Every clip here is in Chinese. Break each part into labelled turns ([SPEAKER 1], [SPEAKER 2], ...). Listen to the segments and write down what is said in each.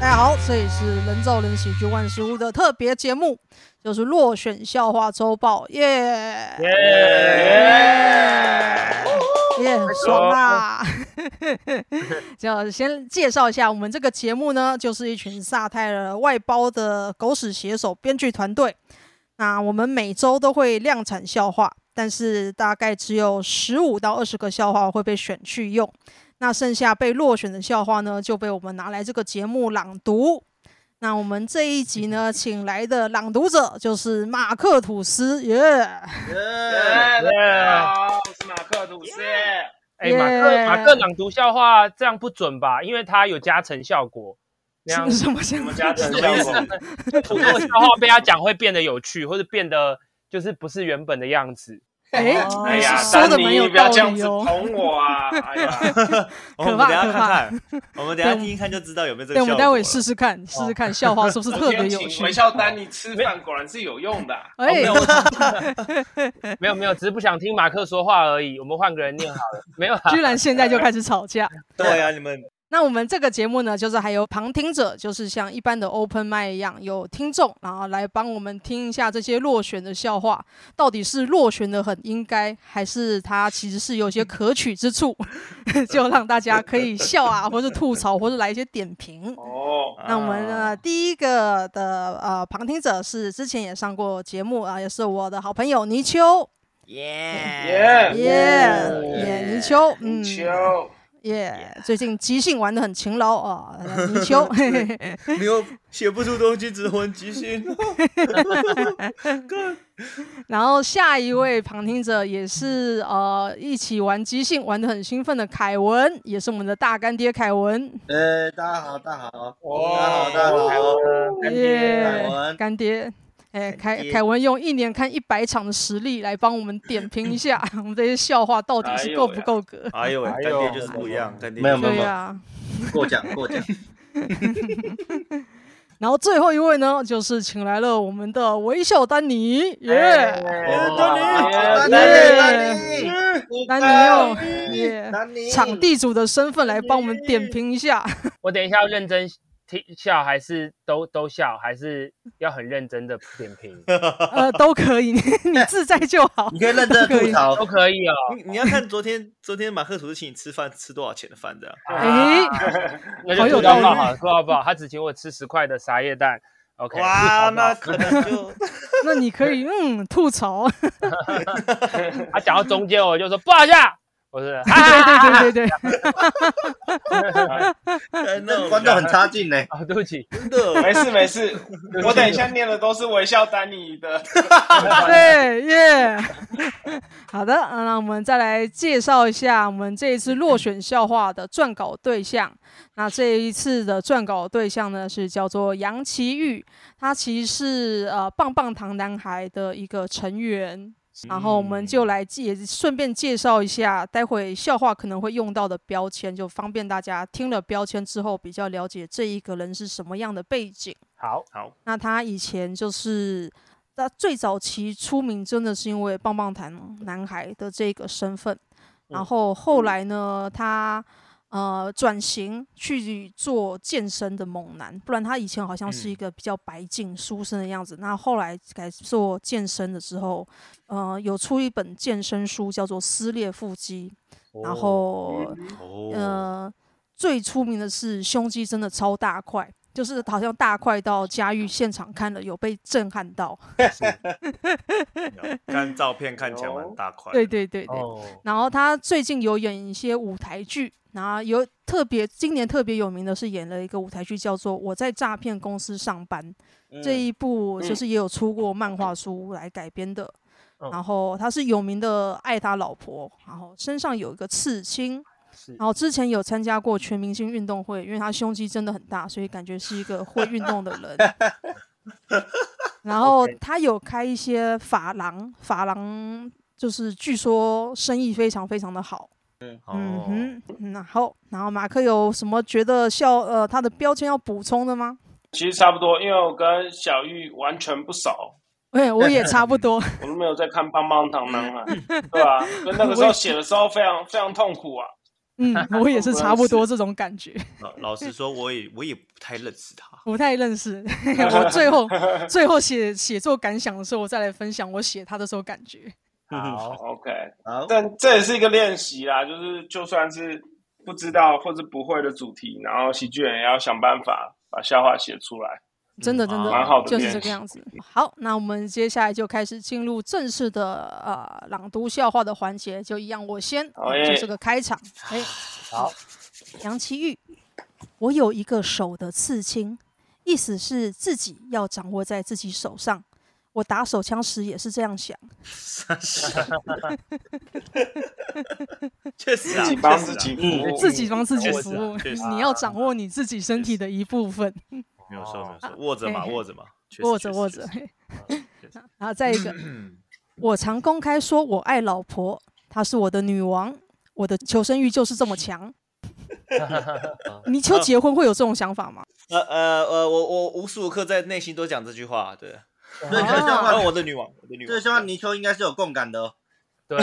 [SPEAKER 1] 大家好，这里是人造人喜剧万事屋的特别节目，就是落选笑话周报，耶耶耶，爽啦！就 先介绍一下，我们这个节目呢，就是一群萨泰尔外包的狗屎写手编剧团队。那我们每周都会量产笑话，但是大概只有十五到二十个笑话会被选去用。那剩下被落选的笑话呢，就被我们拿来这个节目朗读。那我们这一集呢，请来的朗读者就是马克吐斯，耶、
[SPEAKER 2] 耶，大家哎好，我是马克吐司。哎、
[SPEAKER 1] 耶
[SPEAKER 2] 马克马克朗读笑话这样不准吧？因为它有加成效果，那样
[SPEAKER 1] 是什么什
[SPEAKER 3] 我
[SPEAKER 1] 么
[SPEAKER 3] 们家
[SPEAKER 2] 什
[SPEAKER 3] 成
[SPEAKER 2] 么意思
[SPEAKER 3] 效果，
[SPEAKER 2] 就普通的笑话被他讲会变得有趣，或者变得就是不是原本的样子。
[SPEAKER 1] 哎
[SPEAKER 4] 哦，
[SPEAKER 3] 哎呀，
[SPEAKER 1] 说的
[SPEAKER 3] 丹尼
[SPEAKER 1] 蛮有
[SPEAKER 3] 不要
[SPEAKER 1] 道
[SPEAKER 3] 这样
[SPEAKER 1] 理
[SPEAKER 3] 子
[SPEAKER 1] 哦。
[SPEAKER 3] 捅我啊！哎呀，
[SPEAKER 1] 可
[SPEAKER 5] 哦我
[SPEAKER 1] 怕
[SPEAKER 5] 们等一下
[SPEAKER 1] 可
[SPEAKER 5] 看
[SPEAKER 1] 怕
[SPEAKER 5] 看，我们等一
[SPEAKER 1] 对
[SPEAKER 5] 下
[SPEAKER 1] 我们
[SPEAKER 5] 听一看就知道有没有这个
[SPEAKER 1] 对，
[SPEAKER 5] 效
[SPEAKER 1] 我
[SPEAKER 5] 果啊
[SPEAKER 1] 们
[SPEAKER 5] 了。
[SPEAKER 1] 待会试试看，试试看笑话是不 是特别有
[SPEAKER 3] 我觉得
[SPEAKER 1] 趣
[SPEAKER 3] 啊哦请。微笑丹尼吃饭果然是有用的啊。
[SPEAKER 1] 哎，
[SPEAKER 2] 没哦有没有，只是不想听马克说话而已。我们换个人念好了，没有啦。啊
[SPEAKER 1] 居然现在就开始吵架。
[SPEAKER 5] 对啊，你们
[SPEAKER 1] 那我们这个节目呢，就是还有旁听者，就是像一般的 open mic 一样，有听众，然后来帮我们听一下这些落选的笑话，到底是落选的很应该，还是它其实是有些可取之处， 就让大家可以笑啊，或是吐槽，或是来一些点评。
[SPEAKER 3] 哦，
[SPEAKER 1] 那我们
[SPEAKER 5] 啊
[SPEAKER 1] 呢，第一个的呃旁听者是之前也上过节目啊、也是我的好朋友泥鳅，
[SPEAKER 3] 耶，
[SPEAKER 5] 啊
[SPEAKER 1] 耶耶泥鳅，嗯，
[SPEAKER 3] 泥鳅，
[SPEAKER 1] 耶最近即兴玩的很勤劳啊、泥鳅，嘿嘿嘿
[SPEAKER 5] 你又写不出东西，只魂即 心。
[SPEAKER 1] 然后下一位旁听者也是呃一起玩即兴玩的很兴奋的凯文，也是我们的大干爹凯文，
[SPEAKER 6] 呃，大家好，大家好，
[SPEAKER 2] 哦
[SPEAKER 6] 大家好，大家好，
[SPEAKER 1] 耶
[SPEAKER 6] 凯文
[SPEAKER 1] 干爹。哎，
[SPEAKER 6] 干
[SPEAKER 1] 凯
[SPEAKER 6] 爹
[SPEAKER 1] 凯文用一年看一百场的实力来帮我们点评一下 我们这些笑话到底
[SPEAKER 3] 哎
[SPEAKER 1] 是
[SPEAKER 3] 呦
[SPEAKER 1] 够不
[SPEAKER 3] 呀
[SPEAKER 1] 够格。
[SPEAKER 5] 哎呦喂，
[SPEAKER 2] 哎
[SPEAKER 5] 干
[SPEAKER 2] 呦
[SPEAKER 5] 爹就是不一样，干爹
[SPEAKER 6] 没有没有
[SPEAKER 1] 对呀、
[SPEAKER 6] 过奖过奖，
[SPEAKER 1] 然后最后一位呢，就是请来了我们的微笑丹尼，耶、
[SPEAKER 3] 哎
[SPEAKER 5] 哎
[SPEAKER 1] 哎
[SPEAKER 5] 丹尼
[SPEAKER 3] 耶
[SPEAKER 6] 丹尼
[SPEAKER 1] 耶
[SPEAKER 6] 哎丹尼
[SPEAKER 1] 丹尼用哦耶、
[SPEAKER 6] 丹尼，
[SPEAKER 1] 场地主的身份来帮我们点评一 下。
[SPEAKER 2] 我等一下要认真听笑，还是都都笑，还是要很认真的点 评，
[SPEAKER 1] 呃，都可以，你你自在就 好
[SPEAKER 6] 你。可以认真吐槽
[SPEAKER 2] 都，可以哦。
[SPEAKER 5] 你你要看昨天昨天马克吐司请你吃饭吃多少钱的饭这样。
[SPEAKER 1] 哎，
[SPEAKER 2] 那
[SPEAKER 1] 好
[SPEAKER 2] 就
[SPEAKER 1] 有
[SPEAKER 2] 吐
[SPEAKER 1] 道
[SPEAKER 2] 到爆
[SPEAKER 1] 理
[SPEAKER 2] 好了，吐到爆。他只请我吃十块的茶叶蛋，OK。
[SPEAKER 6] 啊
[SPEAKER 5] 哇，
[SPEAKER 2] 吐到
[SPEAKER 5] 那
[SPEAKER 2] 爆
[SPEAKER 5] 可能就
[SPEAKER 1] 那你可以嗯吐槽，
[SPEAKER 2] 他讲到中间，我就说不好笑，我 是
[SPEAKER 1] 对对对对对，
[SPEAKER 5] 那
[SPEAKER 6] 观众很差劲呢。
[SPEAKER 2] 啊，对不起，
[SPEAKER 5] 真的
[SPEAKER 3] 没事 没事，我等一下念的都是微笑丹尼的。
[SPEAKER 1] 对耶。 好的，啊那我们再来介绍一下我们这一次落选笑话的撰稿对象。那这一次的撰稿对象呢是叫做杨奇玉，他其实是呃棒棒糖男孩的一个成员。然后我们就来介也顺便介绍一下，待会笑话可能会用到的标签，就方便大家听了标签之后比较了解这一个人是什么样的背景。
[SPEAKER 2] 好，哦
[SPEAKER 5] 好，
[SPEAKER 1] 那他以前就是他最早期出名，真的是因为棒棒糖男孩的这个身份。然后后来呢，他呃转型去做健身的猛男，不然他以前好像是一个比较白净书生的样子。那后来改做健身的时候，呃，有出一本健身书叫做《撕裂腹肌》，然后
[SPEAKER 5] 哦，
[SPEAKER 1] 呃，最出名的是胸肌真的超大块，就是好像大块到佳玉现场看了有被震撼到。
[SPEAKER 5] 看照片看起来蛮大块，
[SPEAKER 1] 嗯对，对对对。
[SPEAKER 2] 哦，
[SPEAKER 1] 然后他最近有演一些舞台剧，然后有特别今年特别有名的是演了一个舞台剧叫做《我在诈骗
[SPEAKER 2] 嗯
[SPEAKER 1] 公司上班》，这一部就是也有出过漫画书来改编的。
[SPEAKER 2] 嗯
[SPEAKER 1] 然后他是有名的爱他老婆，然后身上有一个刺青，
[SPEAKER 2] 是
[SPEAKER 1] 然后之前有参加过全明星运动会，因为他胸肌真的很大，所以感觉是一个会运动的人。 然后
[SPEAKER 2] OK
[SPEAKER 1] 他有开一些发廊，发廊就是据说生意非常非常的好。
[SPEAKER 5] 哦，
[SPEAKER 1] 嗯哼，嗯然后然后马克有什么觉得笑呃他的标签要补充的吗？
[SPEAKER 3] 其实差不多，因为我跟小玉完全不熟，
[SPEAKER 1] 哎，我也差不多。
[SPEAKER 3] 我都没有在看棒棒糖男 孩，对吧、所以那个时候写的时候非常非常痛苦啊。
[SPEAKER 1] 嗯，我也是差不多这种感觉，
[SPEAKER 5] 老老实说，我也我也不太认识他。
[SPEAKER 1] 不太认识。 我最 后最后写写作感想的时候，我再来分享我写他的时候感觉。
[SPEAKER 2] 嗯
[SPEAKER 1] 嗯
[SPEAKER 2] 好，
[SPEAKER 3] OK，
[SPEAKER 6] 好，
[SPEAKER 3] 但这也是一个练习啦，就是就算是不知道或是不会的主题，然后喜剧人也要想办法把笑话写出来。
[SPEAKER 1] 真的，真的，
[SPEAKER 3] 嗯蛮好的
[SPEAKER 1] 就是
[SPEAKER 3] 练
[SPEAKER 1] 这个
[SPEAKER 3] 习
[SPEAKER 1] 样子。好，那我们接下来就开始进入正式的呃朗读笑话的环节，就一样，我先，
[SPEAKER 3] 好
[SPEAKER 1] 嗯就
[SPEAKER 3] 耶
[SPEAKER 1] 这个开场。哎，
[SPEAKER 2] 好，
[SPEAKER 1] 杨奇玉，我有一个手的刺青，意思是自己要掌握在自己手上。我打手枪时也是这样想，
[SPEAKER 5] 确实啊，
[SPEAKER 3] 自己帮
[SPEAKER 5] 确
[SPEAKER 3] 自
[SPEAKER 5] 实啊
[SPEAKER 3] 己服
[SPEAKER 6] 嗯
[SPEAKER 3] 务，
[SPEAKER 1] 自己帮自己
[SPEAKER 5] 确实
[SPEAKER 1] 服
[SPEAKER 5] 啊
[SPEAKER 1] 务
[SPEAKER 5] 确实，
[SPEAKER 1] 你要掌握你自己身体的一部分，
[SPEAKER 5] 啊没有错，没有错，握着嘛，
[SPEAKER 1] 嘿嘿
[SPEAKER 5] 握着嘛，确实
[SPEAKER 1] 哦哎
[SPEAKER 5] 啊
[SPEAKER 1] 握着握着。。 然后再一个，
[SPEAKER 5] 嗯
[SPEAKER 1] 我常公开说我爱老婆，她是我的女王，我的求生欲就是这么 强。你求结婚会有这种想法吗？
[SPEAKER 5] 确实确实呃呃呃，我我无时无刻在内心都讲这句话，对。
[SPEAKER 6] 所以这个笑
[SPEAKER 5] 啊，
[SPEAKER 6] 话，
[SPEAKER 5] 我的女王，我的女
[SPEAKER 6] 这
[SPEAKER 5] 王
[SPEAKER 6] 个。笑话泥鳅应该是有共感的哦。
[SPEAKER 2] 对，
[SPEAKER 5] 我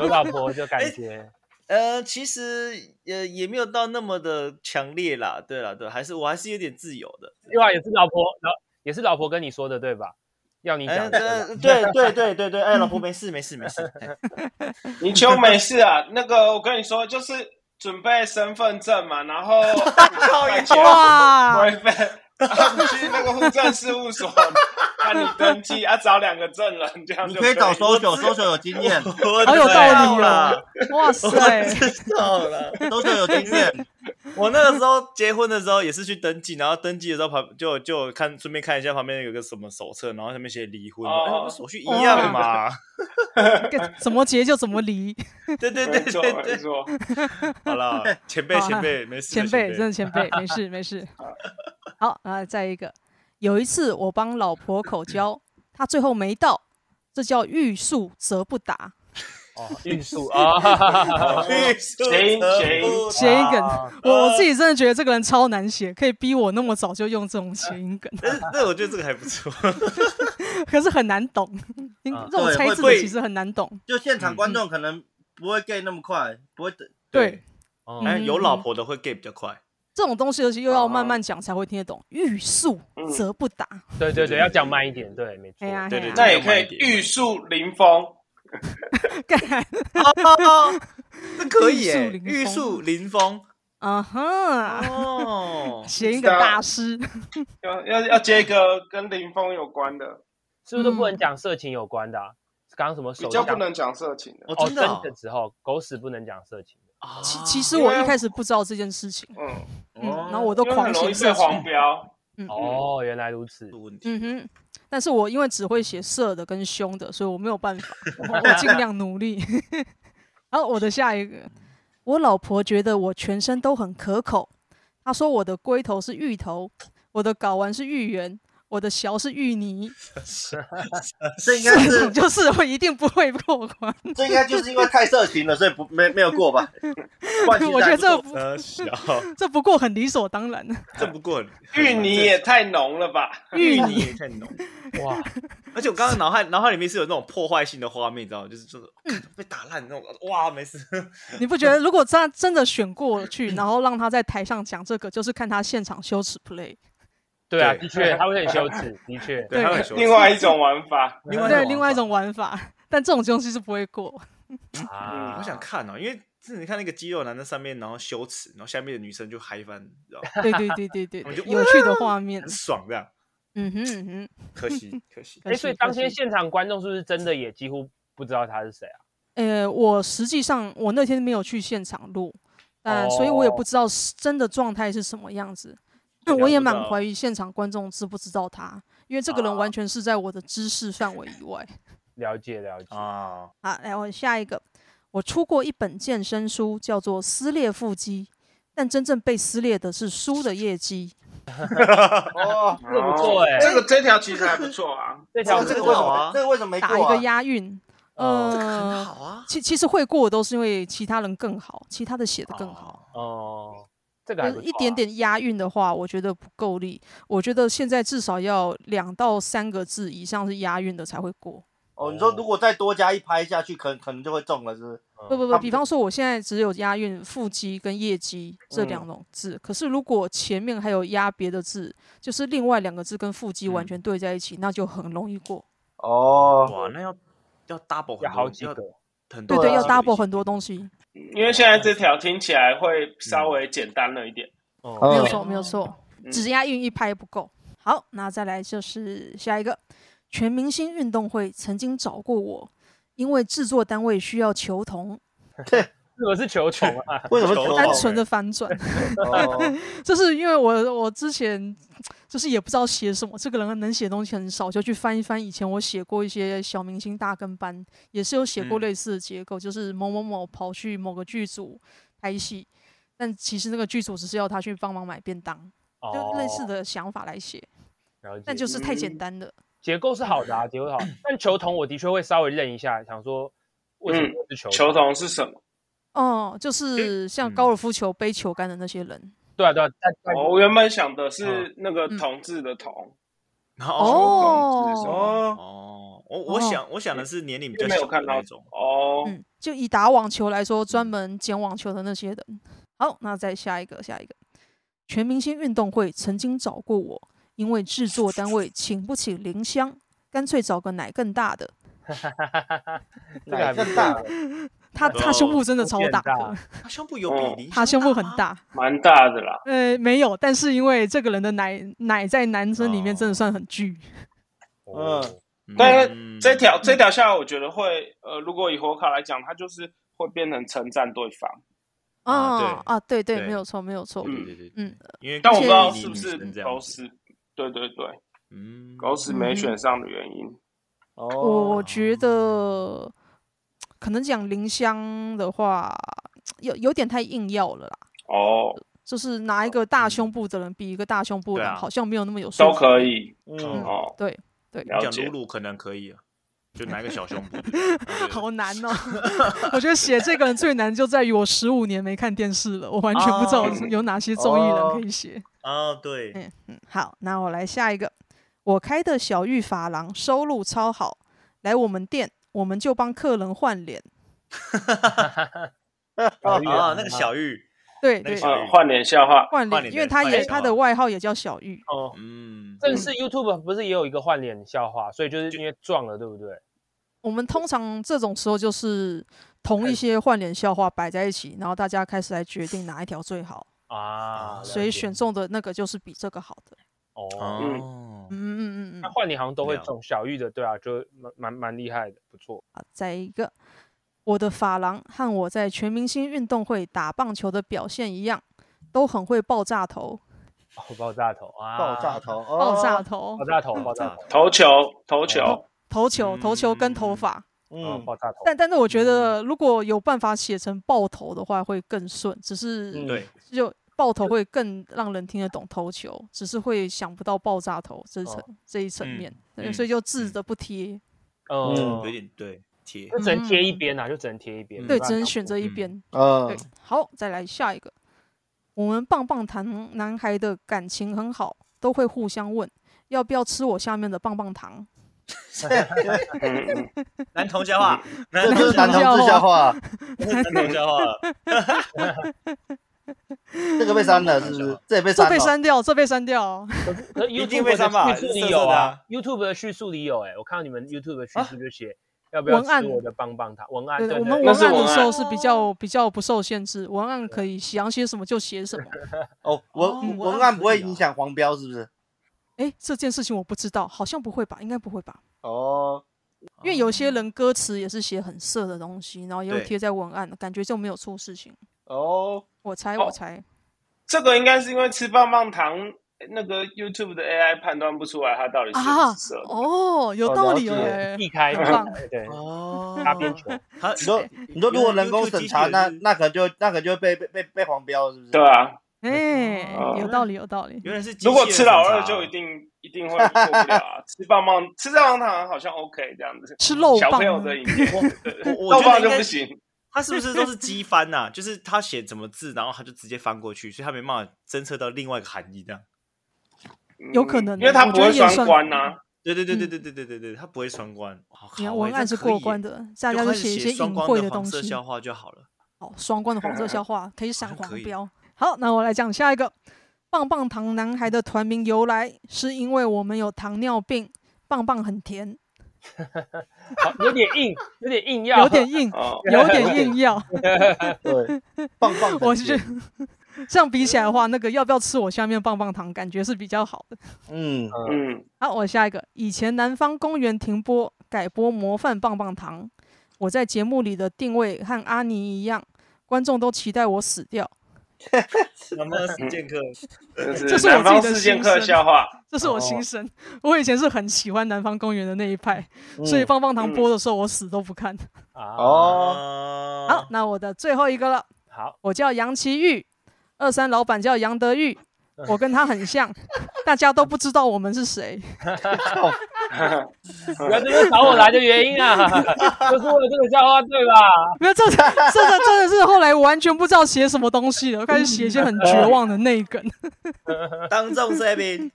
[SPEAKER 2] 有老婆就感觉
[SPEAKER 5] 呃，其实呃也没有到那么的强烈啦，对啦，对，还是我还是有点自由的。
[SPEAKER 2] 另外也是老婆，老也是老婆跟你说的对吧？要你
[SPEAKER 5] 哎，
[SPEAKER 2] 讲
[SPEAKER 5] 对
[SPEAKER 2] 的，
[SPEAKER 5] 对对对对对，哎，老婆没事没事没事，嘿
[SPEAKER 3] 你求没事啊，那个我跟你说，就是准备身份证嘛，然 后带钱
[SPEAKER 1] 哇，
[SPEAKER 3] 规 费，然后啊去那个户政事务所看你登记，啊，找两个证人，这样
[SPEAKER 6] 你
[SPEAKER 3] 就
[SPEAKER 6] 可以找
[SPEAKER 3] 说，
[SPEAKER 6] social，social 有经 验
[SPEAKER 5] 好
[SPEAKER 1] 好有道理
[SPEAKER 5] 啦
[SPEAKER 1] 哦，！哇 塞，
[SPEAKER 5] 知道 了。
[SPEAKER 6] ，social 有经验，
[SPEAKER 5] 我那个时候结婚的时候也是去登记，然后登记的时候旁就就看顺便看一下旁边有个什么手册，然后上面写离婚，
[SPEAKER 3] 哦
[SPEAKER 5] 哎那不手续一样嘛。
[SPEAKER 1] 跟怎么结就怎么离，
[SPEAKER 5] 对对
[SPEAKER 3] 没
[SPEAKER 5] 对
[SPEAKER 3] 错
[SPEAKER 5] 对
[SPEAKER 3] 没
[SPEAKER 5] 对，
[SPEAKER 3] 错，
[SPEAKER 5] 好 啦，前辈
[SPEAKER 1] 好啦
[SPEAKER 5] 前辈没事
[SPEAKER 1] 前
[SPEAKER 5] 的
[SPEAKER 1] 辈真的前 辈，没事没事。好啊，再一个，有一次我帮老婆口交，她最后没到，这叫欲速则不达。
[SPEAKER 2] 哦，运 输啊，
[SPEAKER 5] 欲速
[SPEAKER 3] 行
[SPEAKER 5] 则
[SPEAKER 3] 行
[SPEAKER 5] 不
[SPEAKER 1] 谐音梗，
[SPEAKER 2] 啊
[SPEAKER 1] 我我自己真的觉得这个人超难写，可以逼我那么早就用这种谐音梗，
[SPEAKER 5] 但是但我觉得这个还不错，
[SPEAKER 1] 可是很难懂。你
[SPEAKER 2] 啊
[SPEAKER 1] 这种
[SPEAKER 6] 对
[SPEAKER 1] 猜
[SPEAKER 6] 会
[SPEAKER 1] 字的
[SPEAKER 5] 会
[SPEAKER 1] 其实很难懂。
[SPEAKER 6] 就现场
[SPEAKER 1] 嗯
[SPEAKER 6] 观众可能不会 get 那么快，不会等
[SPEAKER 1] 对，嗯
[SPEAKER 2] 哦
[SPEAKER 5] 哎，有老婆的会 gay 比较快，
[SPEAKER 1] 这种东西尤其又要慢慢讲才会听得懂，欲速
[SPEAKER 3] 嗯
[SPEAKER 1] 则不达。
[SPEAKER 2] 对对对，要讲慢一点，对，没错
[SPEAKER 1] 哎，呀，
[SPEAKER 5] 对
[SPEAKER 1] 哎呀
[SPEAKER 5] 对
[SPEAKER 3] 那也可以玉树临风，
[SPEAKER 1] 干
[SPEAKER 5] 哦，这可以耶，
[SPEAKER 1] 玉
[SPEAKER 5] 玉
[SPEAKER 1] 树
[SPEAKER 5] 树临风
[SPEAKER 1] 啊哈，，
[SPEAKER 5] 哦
[SPEAKER 1] 谐音梗大师。
[SPEAKER 3] 要要要接一个跟林峰有关的，
[SPEAKER 2] 是不是都不能
[SPEAKER 1] 嗯
[SPEAKER 2] 讲色情有关的啊？刚刚什么
[SPEAKER 3] 比
[SPEAKER 2] 手
[SPEAKER 3] 较
[SPEAKER 2] 枪
[SPEAKER 3] 不能讲色情的，
[SPEAKER 5] 哦
[SPEAKER 2] 哦，
[SPEAKER 5] 真的哦
[SPEAKER 2] 真的时候狗屎不能讲色情的，
[SPEAKER 5] 啊
[SPEAKER 1] 其其实我一开始不知道这件事情，
[SPEAKER 3] 嗯，
[SPEAKER 1] 嗯，
[SPEAKER 6] 哦
[SPEAKER 1] 然后我都
[SPEAKER 3] 因为
[SPEAKER 1] 狂
[SPEAKER 3] 很容
[SPEAKER 1] 写
[SPEAKER 3] 易被
[SPEAKER 1] 色
[SPEAKER 3] 黄
[SPEAKER 1] 情，
[SPEAKER 3] 标，
[SPEAKER 1] 嗯
[SPEAKER 2] 哦，原来如此
[SPEAKER 5] 是，问题，
[SPEAKER 1] 嗯哼。但是我因为只会写色的跟凶的，所以我没有办法，我我尽量努力。 然后我的下一个，我老婆觉得我全身都很可口，她说我的龟头是芋头，我的睾丸是芋圆，我的小是芋泥，
[SPEAKER 6] 这应该
[SPEAKER 1] 这种
[SPEAKER 6] 是
[SPEAKER 1] 就是我一定不会过关。
[SPEAKER 6] 这应该就是因为太色情了，所以不没没有 过吧？不然其实
[SPEAKER 1] 我觉
[SPEAKER 6] 还
[SPEAKER 1] 得这
[SPEAKER 6] 不错
[SPEAKER 1] 不
[SPEAKER 5] 呃，小，
[SPEAKER 1] 这不过很理所当然。
[SPEAKER 5] 这不过你
[SPEAKER 3] 芋泥也太浓了吧？
[SPEAKER 1] 芋
[SPEAKER 5] 你
[SPEAKER 1] 泥，
[SPEAKER 5] 也太浓。
[SPEAKER 2] 哇，
[SPEAKER 5] 而且我刚刚脑海脑海里面是有那种破坏性的画面，你知道吗？就是就是、
[SPEAKER 1] 嗯
[SPEAKER 5] 被打烂那种，哇，没事。
[SPEAKER 1] 你不觉得如果他真的选过去，然后让他在台上讲这个，就是看他现场羞耻 play。
[SPEAKER 2] 对啊，
[SPEAKER 5] 对
[SPEAKER 2] 的确，他会很羞耻，的确，
[SPEAKER 1] 对
[SPEAKER 5] 他很羞耻
[SPEAKER 3] 另外一种玩法，
[SPEAKER 5] 另外
[SPEAKER 1] 对，
[SPEAKER 5] 玩
[SPEAKER 1] 另外一
[SPEAKER 5] 法，
[SPEAKER 1] 种玩法，但这种东西是不会过。
[SPEAKER 2] 啊，
[SPEAKER 5] 我想看哦，因为是你看那个肌肉男在上面，然后羞耻，然后下面的女生就嗨翻，你知道吗？
[SPEAKER 1] 对对对对对，
[SPEAKER 5] 我
[SPEAKER 1] 对
[SPEAKER 5] 就
[SPEAKER 1] 有趣的画面
[SPEAKER 5] 很。爽这样。
[SPEAKER 1] 嗯哼嗯哼。
[SPEAKER 5] 可惜，可 惜。
[SPEAKER 1] 可
[SPEAKER 2] 哎，所以
[SPEAKER 1] 惜
[SPEAKER 2] 当
[SPEAKER 1] 可
[SPEAKER 2] 天
[SPEAKER 1] 惜
[SPEAKER 2] 现场观众是不是真的也几乎不知道他是谁啊？
[SPEAKER 1] 呃，我实际上我那天没有去现场录，但、所以我也
[SPEAKER 2] 哦
[SPEAKER 1] 不知道是真的状态是什么样子。
[SPEAKER 5] 了
[SPEAKER 1] 我也
[SPEAKER 5] 不
[SPEAKER 1] 蛮
[SPEAKER 5] 到
[SPEAKER 1] 怀疑现场观众知不知道他，因为这个人
[SPEAKER 5] 啊
[SPEAKER 1] 完全是在我的知识范围以外。
[SPEAKER 2] 了解了解。
[SPEAKER 5] 啊，
[SPEAKER 1] 好，来我下一个，我出过一本健身书，叫做《撕裂腹肌》，但真正被撕裂的是书的业绩。
[SPEAKER 6] 哦，
[SPEAKER 2] 这不错哎
[SPEAKER 3] 这个这条其实还不错啊。
[SPEAKER 2] 这条
[SPEAKER 6] 这
[SPEAKER 5] 哇这个很好啊？
[SPEAKER 6] 个为什么这个为什么没
[SPEAKER 1] 打一
[SPEAKER 6] 过啊
[SPEAKER 1] 个？押韵，
[SPEAKER 5] 哦
[SPEAKER 1] 呃，
[SPEAKER 5] 很好啊，
[SPEAKER 1] 其其实会过都是因为其他人更好，其他的写的更好。
[SPEAKER 5] 好。
[SPEAKER 2] 哦，这个还
[SPEAKER 1] 就
[SPEAKER 2] 不
[SPEAKER 1] 是
[SPEAKER 2] 错
[SPEAKER 1] 呃一
[SPEAKER 2] 啊
[SPEAKER 1] 点。点押韵的话，我觉得不够力。我觉得现在至少要两到三个字以上是押韵的才会过。
[SPEAKER 6] 哦，你说如果再多加一拍下去，可能可能就会中了，是不是？
[SPEAKER 2] 哦
[SPEAKER 1] 不不
[SPEAKER 6] 他
[SPEAKER 1] 不，
[SPEAKER 6] 不
[SPEAKER 1] 比方说我现在只有押韵腹肌跟腋肌这两
[SPEAKER 2] 嗯
[SPEAKER 1] 种字，可是如果前面还有押别的字，就是另外两个字跟腹肌
[SPEAKER 2] 嗯
[SPEAKER 1] 完全对在一起，那就很容易过。
[SPEAKER 6] 哦，
[SPEAKER 5] 哇，那要要 double 很多
[SPEAKER 2] 要好几个，
[SPEAKER 5] 很
[SPEAKER 1] 对
[SPEAKER 5] 多
[SPEAKER 2] 啊
[SPEAKER 1] 对，要
[SPEAKER 5] 东西
[SPEAKER 1] double 很多东
[SPEAKER 2] 嗯
[SPEAKER 1] 西，
[SPEAKER 3] 因为现在这条听起来会稍微简单了一点。
[SPEAKER 1] 没有
[SPEAKER 6] 哦
[SPEAKER 1] 错没
[SPEAKER 2] 嗯
[SPEAKER 1] 有错，只押韵一拍不够。好，那再来就是下一个，全明星运动会曾经找过我，因为制作单位需要球童，
[SPEAKER 2] 这个是球虫啊，
[SPEAKER 6] 为什么
[SPEAKER 5] 球
[SPEAKER 6] 球
[SPEAKER 5] 哦
[SPEAKER 1] 单
[SPEAKER 5] 童
[SPEAKER 1] 纯的反转。
[SPEAKER 6] 哦
[SPEAKER 1] 这是因为我我之前就是也不知道写什么，这个人能写东西很少，就去翻一翻以前我写过一些小明星大跟班，也是有写过
[SPEAKER 5] 嗯
[SPEAKER 1] 类似的结构，就是某某某跑去某个剧组拍戏，但其实那个剧组只是要他去帮忙买便当，就类似
[SPEAKER 2] 哦，
[SPEAKER 1] 的想法来写，
[SPEAKER 2] 了解。
[SPEAKER 1] 但就是太简
[SPEAKER 3] 嗯
[SPEAKER 1] 单了。
[SPEAKER 2] 结构是好的啊，结构是好的，但球童我的确会稍微认一下，想说为什么会是球
[SPEAKER 3] 球？童是什么？
[SPEAKER 1] 哦，就是像
[SPEAKER 5] 嗯
[SPEAKER 1] 高尔夫球背球杆的那些人，
[SPEAKER 2] 对啊对啊，但但
[SPEAKER 3] 我原本想的是
[SPEAKER 5] 嗯
[SPEAKER 3] 那个
[SPEAKER 1] 嗯
[SPEAKER 3] 同志的同，
[SPEAKER 5] 然后
[SPEAKER 3] 童是什么
[SPEAKER 1] 哦
[SPEAKER 6] 哦，
[SPEAKER 5] 哦，我我
[SPEAKER 1] 哦
[SPEAKER 5] 想我想的是年龄比
[SPEAKER 3] 因为
[SPEAKER 5] 较
[SPEAKER 3] 没有
[SPEAKER 5] 小
[SPEAKER 3] 看
[SPEAKER 5] 的
[SPEAKER 3] 到
[SPEAKER 5] 那种。
[SPEAKER 3] 哦。
[SPEAKER 1] 嗯，就以打网球来说，专门捡网球的那些人。好，那再下一个，下一个，全明星运动会曾经找过我，因为制作单位请不起林香，干脆找个奶更大的。
[SPEAKER 2] 这个还不
[SPEAKER 6] 奶更
[SPEAKER 2] 错
[SPEAKER 6] 大
[SPEAKER 2] 啊，
[SPEAKER 1] 他他哦胸部真的超大
[SPEAKER 2] 哦变大
[SPEAKER 1] 的，
[SPEAKER 5] 他胸部有
[SPEAKER 3] 哦
[SPEAKER 5] 比例，
[SPEAKER 1] 他胸部很
[SPEAKER 5] 吗，
[SPEAKER 1] 大。
[SPEAKER 3] 蛮大的啦，
[SPEAKER 1] 呃，没有，但是因为这个人的奶奶在男生里面真的算很巨。
[SPEAKER 2] 哦
[SPEAKER 3] 但
[SPEAKER 5] 嗯
[SPEAKER 3] 是这条这条下来，我觉得会呃，如果以火烤来讲，它就是会变成称赞对方，
[SPEAKER 5] 啊
[SPEAKER 1] 啊啊，对对，没
[SPEAKER 5] 对
[SPEAKER 1] 有错，没有错。
[SPEAKER 5] 对对对，对
[SPEAKER 1] 嗯，
[SPEAKER 5] 因为
[SPEAKER 3] 但我
[SPEAKER 5] 比
[SPEAKER 3] 不
[SPEAKER 5] 例
[SPEAKER 3] 知道是不
[SPEAKER 5] 女
[SPEAKER 3] 是
[SPEAKER 5] 生这
[SPEAKER 3] 狗
[SPEAKER 5] 样子，
[SPEAKER 3] 屎，对对对，
[SPEAKER 5] 嗯，
[SPEAKER 3] 狗屎没选上的原因。
[SPEAKER 6] 哦
[SPEAKER 1] 我觉得可能讲林香的话，有有点太硬要了啦。
[SPEAKER 3] 哦，
[SPEAKER 1] 就是拿一个大胸部的人比一个大胸部的人，
[SPEAKER 5] 对啊
[SPEAKER 1] 好像没有那么有说
[SPEAKER 3] 都
[SPEAKER 1] 服
[SPEAKER 3] 可
[SPEAKER 1] 力。
[SPEAKER 3] 以
[SPEAKER 5] 嗯
[SPEAKER 3] 哦，
[SPEAKER 1] 对对，
[SPEAKER 5] 你
[SPEAKER 3] 了
[SPEAKER 5] 讲
[SPEAKER 3] 解
[SPEAKER 5] 露。露可能可以啊，就拿一个小胸 部就这样，对
[SPEAKER 1] 好难哦！我觉得写这个人最难就在于我十五年没看电视了，我完全不知道
[SPEAKER 3] 哦
[SPEAKER 1] 有哪些综艺人可以写。
[SPEAKER 5] 啊，对，
[SPEAKER 1] 嗯嗯，好，那我来下一个。我开的小玉发廊收入超好，来我们店我们就帮客人换脸。
[SPEAKER 2] 小玉
[SPEAKER 5] 啊，那个小玉，
[SPEAKER 1] 对
[SPEAKER 5] 那个
[SPEAKER 1] 对，
[SPEAKER 5] 小
[SPEAKER 3] 嗯，换点笑话。
[SPEAKER 1] 换脸，
[SPEAKER 5] 换脸
[SPEAKER 1] 因为
[SPEAKER 5] 的
[SPEAKER 1] 他
[SPEAKER 5] 换
[SPEAKER 1] 也
[SPEAKER 5] 脸
[SPEAKER 1] 他
[SPEAKER 5] 小
[SPEAKER 1] 的
[SPEAKER 5] 啊
[SPEAKER 1] 外号也叫小玉。
[SPEAKER 2] 哦，
[SPEAKER 5] 嗯，
[SPEAKER 2] 正式 YouTube 不是也有一个换脸笑话，所以就是因为撞了，对不对？
[SPEAKER 1] 我们通常这种时候就是同一些换脸笑话摆在一起，然后大家开始来决定哪一条最好，
[SPEAKER 2] 啊，
[SPEAKER 1] 所以
[SPEAKER 2] 了解
[SPEAKER 1] 选中的那个就是比这个好的。
[SPEAKER 2] 哦。
[SPEAKER 5] 哦，
[SPEAKER 1] 嗯嗯嗯嗯
[SPEAKER 2] 那
[SPEAKER 1] 嗯。
[SPEAKER 2] 换脸好像都会
[SPEAKER 5] 了
[SPEAKER 2] 中小玉的，对啊，就蛮蛮蛮厉害的，不错。
[SPEAKER 1] 好，再一个，我的发廊和我在全明星运动会打棒球的表现一样，都很会爆炸头，
[SPEAKER 2] 哦，爆炸头啊，
[SPEAKER 6] 爆炸，头，哦
[SPEAKER 1] 爆炸，头
[SPEAKER 2] 爆，炸头，
[SPEAKER 5] 嗯
[SPEAKER 2] 爆炸头，
[SPEAKER 3] 投球，投
[SPEAKER 5] 哦
[SPEAKER 3] 球，
[SPEAKER 1] 投球，投球跟头发。
[SPEAKER 2] 嗯，
[SPEAKER 6] 嗯，
[SPEAKER 2] 爆炸头。
[SPEAKER 1] 但但是我觉得，如果有办法写成爆头的话，会更顺。只是
[SPEAKER 2] 嗯
[SPEAKER 5] 对，
[SPEAKER 1] 就爆头会更让人听得懂头球，只是会想不到爆炸头这一层、这一层面，
[SPEAKER 5] 嗯
[SPEAKER 1] 对
[SPEAKER 5] 嗯
[SPEAKER 1] 所以就字的不贴，
[SPEAKER 2] 嗯，
[SPEAKER 5] 有点对贴
[SPEAKER 2] 就只能贴一边啊，就只能贴一边，
[SPEAKER 1] 嗯对，
[SPEAKER 2] 没办
[SPEAKER 1] 只能
[SPEAKER 2] 法
[SPEAKER 1] 选择一
[SPEAKER 5] 嗯
[SPEAKER 1] 边。
[SPEAKER 6] 嗯
[SPEAKER 1] 对，，好，再来下一个。我们棒棒糖男孩的感情很好，都会互相问要不要吃我下面的棒棒糖。
[SPEAKER 3] 嗯嗯，
[SPEAKER 5] 男童笑话，男
[SPEAKER 6] 这就是男同志
[SPEAKER 1] 哦
[SPEAKER 6] 笑话，啊
[SPEAKER 5] 男童笑话了，
[SPEAKER 6] 这个被删了，是不是？这也被
[SPEAKER 1] 这
[SPEAKER 6] 删了，
[SPEAKER 1] 被删掉，这被删掉。哦
[SPEAKER 2] 可是
[SPEAKER 5] 一
[SPEAKER 2] YouTube
[SPEAKER 5] 定会删吧
[SPEAKER 2] 的叙述
[SPEAKER 5] 是
[SPEAKER 2] 里
[SPEAKER 5] 色色
[SPEAKER 2] 有
[SPEAKER 5] 的
[SPEAKER 2] 啊
[SPEAKER 5] 啊
[SPEAKER 2] ，YouTube 的叙述里有哎，我看到你们 YouTube 的叙述就写要不
[SPEAKER 1] 文
[SPEAKER 2] 要吃
[SPEAKER 1] 案
[SPEAKER 2] 我的棒棒糖文案，
[SPEAKER 1] 对，
[SPEAKER 2] 啊对
[SPEAKER 1] 呃我们
[SPEAKER 2] 对
[SPEAKER 1] 文
[SPEAKER 3] 那是
[SPEAKER 1] 案的
[SPEAKER 3] 文
[SPEAKER 1] 时候
[SPEAKER 3] 案
[SPEAKER 1] 是比较比较不受限制，文案可以想写什么就写什么。
[SPEAKER 6] 哦，
[SPEAKER 5] 哦
[SPEAKER 6] 文
[SPEAKER 5] 文
[SPEAKER 6] 文
[SPEAKER 5] 案
[SPEAKER 6] 案不
[SPEAKER 5] 可
[SPEAKER 6] 会
[SPEAKER 5] 以啊
[SPEAKER 6] 影响黄标，是不是？
[SPEAKER 1] 诶，这件事情我不知道，好像不会吧？应该不会吧？
[SPEAKER 6] 哦，
[SPEAKER 1] 因为有些人歌词也是写很色的东西，然后也有
[SPEAKER 5] 对
[SPEAKER 1] 贴在文案，感觉就没有出事情。
[SPEAKER 6] 哦，
[SPEAKER 1] 我猜，
[SPEAKER 3] 哦
[SPEAKER 1] 我猜，
[SPEAKER 3] 这个应该是因为吃棒棒糖那个 YouTube 的 AI 判断不出来它到底是
[SPEAKER 1] 啊
[SPEAKER 3] 不是色的。
[SPEAKER 1] 哦，有道理
[SPEAKER 6] 哦了解
[SPEAKER 1] 耶，
[SPEAKER 2] 避开
[SPEAKER 1] 很棒
[SPEAKER 2] 对
[SPEAKER 5] 哦
[SPEAKER 2] 擦边球，
[SPEAKER 5] 他
[SPEAKER 6] 你说你说如果人工审查，
[SPEAKER 5] 原来
[SPEAKER 6] 那
[SPEAKER 5] YouTube 机器人是
[SPEAKER 6] 那可能就那可能就被被被被黄标，是不是？
[SPEAKER 3] 对啊，
[SPEAKER 1] 哎，
[SPEAKER 3] 哦
[SPEAKER 1] 有道理，有道理。
[SPEAKER 5] 原来是机器
[SPEAKER 3] 如果
[SPEAKER 5] 人
[SPEAKER 3] 吃老
[SPEAKER 5] 审
[SPEAKER 3] 二
[SPEAKER 5] 查
[SPEAKER 3] 就一定一定会过不了啊，吃棒棒吃棒棒糖好像 OK 这样子，
[SPEAKER 1] 吃肉
[SPEAKER 3] 小
[SPEAKER 1] 棒
[SPEAKER 3] 朋友的影片，
[SPEAKER 5] 我 我
[SPEAKER 3] 豆
[SPEAKER 5] 觉得
[SPEAKER 3] 棒
[SPEAKER 5] 应
[SPEAKER 3] 就
[SPEAKER 5] 该
[SPEAKER 3] 不行。
[SPEAKER 5] 他是不是都是机翻呐、就是他写什么字，然后他就直接翻过去，所以他没办法侦测到另外一个含义。这样，
[SPEAKER 3] 嗯
[SPEAKER 1] 有可能
[SPEAKER 3] 因为他
[SPEAKER 1] 我
[SPEAKER 3] 不
[SPEAKER 1] 觉得
[SPEAKER 3] 会
[SPEAKER 1] 也
[SPEAKER 3] 双
[SPEAKER 1] 算
[SPEAKER 3] 关呐。
[SPEAKER 5] 对对对对对对对对对，他不会双关。哇
[SPEAKER 1] 嗯你看
[SPEAKER 5] 靠
[SPEAKER 1] 文案是过关，的，大家
[SPEAKER 5] 哎这
[SPEAKER 1] 就
[SPEAKER 5] 哎可以耶就
[SPEAKER 1] 写一
[SPEAKER 5] 开
[SPEAKER 1] 些
[SPEAKER 5] 始写
[SPEAKER 1] 隐
[SPEAKER 5] 双
[SPEAKER 1] 晦
[SPEAKER 5] 关
[SPEAKER 1] 的
[SPEAKER 5] 的
[SPEAKER 1] 东
[SPEAKER 5] 黄
[SPEAKER 1] 西
[SPEAKER 5] 色。笑话就好了。
[SPEAKER 1] 哦，双关的黄色笑话 可以闪
[SPEAKER 5] 好像
[SPEAKER 1] 黄
[SPEAKER 5] 可以
[SPEAKER 1] 标。好，那我来讲下一个。棒棒糖男孩的团名由来是因为我们有糖尿病，棒棒很 甜，
[SPEAKER 2] 好有点硬，有点硬要，
[SPEAKER 1] 有点 硬，
[SPEAKER 3] 哦，
[SPEAKER 1] 有点硬要。
[SPEAKER 6] 对， 棒棒的
[SPEAKER 1] 我
[SPEAKER 6] 姐
[SPEAKER 1] 是这样比起来的话，那个要不要吃我下面棒棒糖，感觉是比较好的。
[SPEAKER 6] 嗯，
[SPEAKER 3] 嗯，
[SPEAKER 1] 好，我下一个。以前南方公园停播改播模范棒棒糖，我在节目里的定位和阿尼一样，观众都期待我死掉，
[SPEAKER 5] 什么实践课？
[SPEAKER 3] 这
[SPEAKER 1] 这是
[SPEAKER 3] 是
[SPEAKER 1] 我
[SPEAKER 3] 南方
[SPEAKER 1] 自己的
[SPEAKER 3] 四剑
[SPEAKER 1] 心
[SPEAKER 3] 客
[SPEAKER 1] 声
[SPEAKER 3] 笑话。
[SPEAKER 1] 这是我心声。我以前是很喜欢南方公园的那一派，
[SPEAKER 6] 嗯
[SPEAKER 1] 所以棒棒糖播的时候我死都不看。
[SPEAKER 2] 啊
[SPEAKER 6] 哦，
[SPEAKER 5] 啊
[SPEAKER 1] 好，那我的最后一个了，
[SPEAKER 2] 好，
[SPEAKER 1] 我叫杨奇玉，二三老板叫杨德玉。我跟他很像，大家都不知道我们是谁。
[SPEAKER 2] 不要这边找我来的原因啊， 就是为了这个笑话对吧？
[SPEAKER 1] 没有，这这个真的是后来我完全不知道写什么东西了，我开始写一些很绝望的内梗。
[SPEAKER 5] 当众塞宾，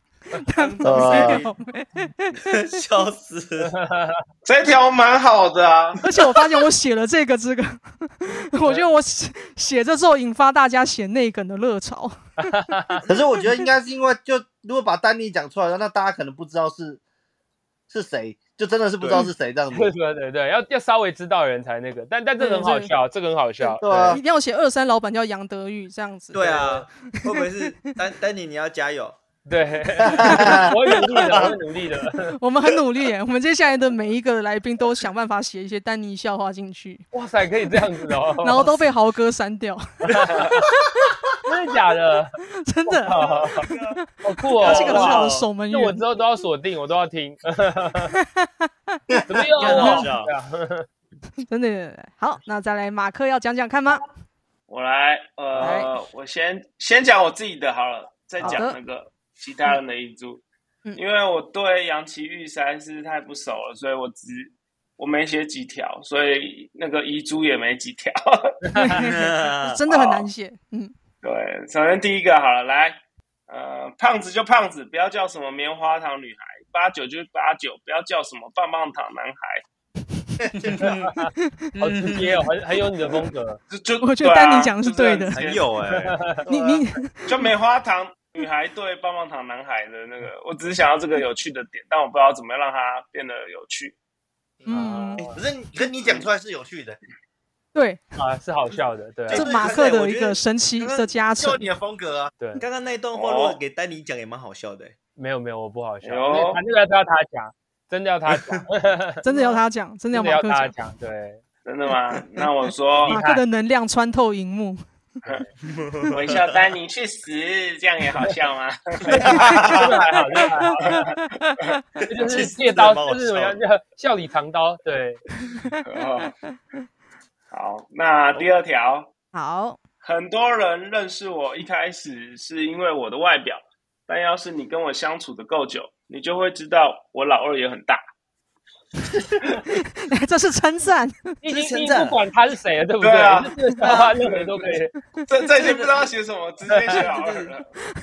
[SPEAKER 5] 当众塞
[SPEAKER 6] 呃
[SPEAKER 5] 宾，笑死！
[SPEAKER 3] 这条蛮好的啊，
[SPEAKER 1] 而且我发现我写了这个这个， 我觉得我写写这之后引发大家写内梗的热潮。
[SPEAKER 6] 可是我觉得应该是因为就如果把丹尼讲出来的话，那大家可能不知道是是谁，就真的是不知道是谁这样
[SPEAKER 3] 嗯
[SPEAKER 6] 子。
[SPEAKER 2] 对对对对，要要稍微知道人才那个，但但这个很好笑，这个很好笑，
[SPEAKER 6] 对啊
[SPEAKER 1] 一定要写二三老板叫杨德玉这样子。
[SPEAKER 5] 对啊，会不会是丹丹尼？你要加油！
[SPEAKER 2] 对， 我会努力的，我会努力的。
[SPEAKER 1] 我们很努力耶，我们接下来的每一个来宾都想办法写一些丹尼笑话进去，
[SPEAKER 2] 哇塞，可以这样子的哦，
[SPEAKER 1] 然后都被豪哥删掉，
[SPEAKER 2] 真的假的？
[SPEAKER 1] 真的，
[SPEAKER 2] 好酷哦！
[SPEAKER 1] 这个是
[SPEAKER 2] 哇
[SPEAKER 1] 我的守门
[SPEAKER 2] 那我
[SPEAKER 1] 员
[SPEAKER 2] 之。后都要锁定，我都 要听。怎么样
[SPEAKER 5] 干
[SPEAKER 2] 啊？
[SPEAKER 5] 好笑
[SPEAKER 2] 对啊
[SPEAKER 1] 真的好，那再来马克要讲讲看吗？
[SPEAKER 3] 我来，呃，我先先讲我自己的好了，再讲
[SPEAKER 1] 好的
[SPEAKER 3] 那个其他人的遗嘱，
[SPEAKER 1] 嗯
[SPEAKER 3] 因为我对杨奇玉实在是太不熟了，所以我只我没写几条，所以那个遗嘱也没几条。
[SPEAKER 5] 啊
[SPEAKER 1] 真的很难写，嗯，
[SPEAKER 3] 对，首先第一个好了，来，呃，胖子就胖子，不要叫什么棉花糖女孩；八九就是八九，不要叫什么棒棒糖男孩。
[SPEAKER 2] 好直接哦，很很有你的风格。
[SPEAKER 3] 就就
[SPEAKER 1] 我觉得
[SPEAKER 3] 对啊
[SPEAKER 1] 丹尼讲的是
[SPEAKER 3] 就是很
[SPEAKER 1] 对的
[SPEAKER 3] 直接
[SPEAKER 5] 很有哎、
[SPEAKER 6] 哦
[SPEAKER 1] 你 你
[SPEAKER 3] 就棉花糖女孩对棒棒糖男孩的那个，我只是想要这个有趣的点，但我不知道怎么让它变得有趣。
[SPEAKER 1] 嗯，
[SPEAKER 6] 哎可是你跟你讲出来是有 趣的，
[SPEAKER 1] 对，
[SPEAKER 2] 啊，是好笑的，对啊
[SPEAKER 1] 这
[SPEAKER 5] 对
[SPEAKER 1] 马克
[SPEAKER 5] 对
[SPEAKER 1] 的
[SPEAKER 5] 我
[SPEAKER 1] 一
[SPEAKER 5] 觉
[SPEAKER 1] 个
[SPEAKER 5] 得
[SPEAKER 1] 神奇的加成
[SPEAKER 6] 就，你的风格啊。
[SPEAKER 2] 对，
[SPEAKER 5] 刚刚那一段话如果给丹尼讲也蛮好笑的、欸。
[SPEAKER 2] 没有没有，我不好笑，
[SPEAKER 3] 哎呦
[SPEAKER 2] 那个那个要他讲，真的要他 讲，
[SPEAKER 1] 真的要他讲，真的要马
[SPEAKER 2] 真的要
[SPEAKER 1] 克
[SPEAKER 2] 他
[SPEAKER 1] 讲。
[SPEAKER 2] 讲，对，
[SPEAKER 3] 真的吗？那我说
[SPEAKER 1] 马
[SPEAKER 2] 厉
[SPEAKER 1] 克
[SPEAKER 2] 害
[SPEAKER 1] 的能量穿透荧幕，
[SPEAKER 3] 微笑丹尼去死，这样也好笑吗？
[SPEAKER 2] 这个还好，这个还好， 这就是借刀，就是我要叫笑里藏刀，对，
[SPEAKER 3] 好，那第二条，
[SPEAKER 1] 好，
[SPEAKER 3] 很多人认识我一开始是因为我的外表，但要是你跟我相处的够久，你就会知道我老二也很大。
[SPEAKER 1] 哎这是称赞，
[SPEAKER 2] 已经
[SPEAKER 5] 称
[SPEAKER 2] 你
[SPEAKER 5] 赞
[SPEAKER 2] 不管他是谁了，对不
[SPEAKER 3] 对啊
[SPEAKER 2] 这个笑话任何人都可以，
[SPEAKER 3] 这这已经不知道写什么，直接写老二了。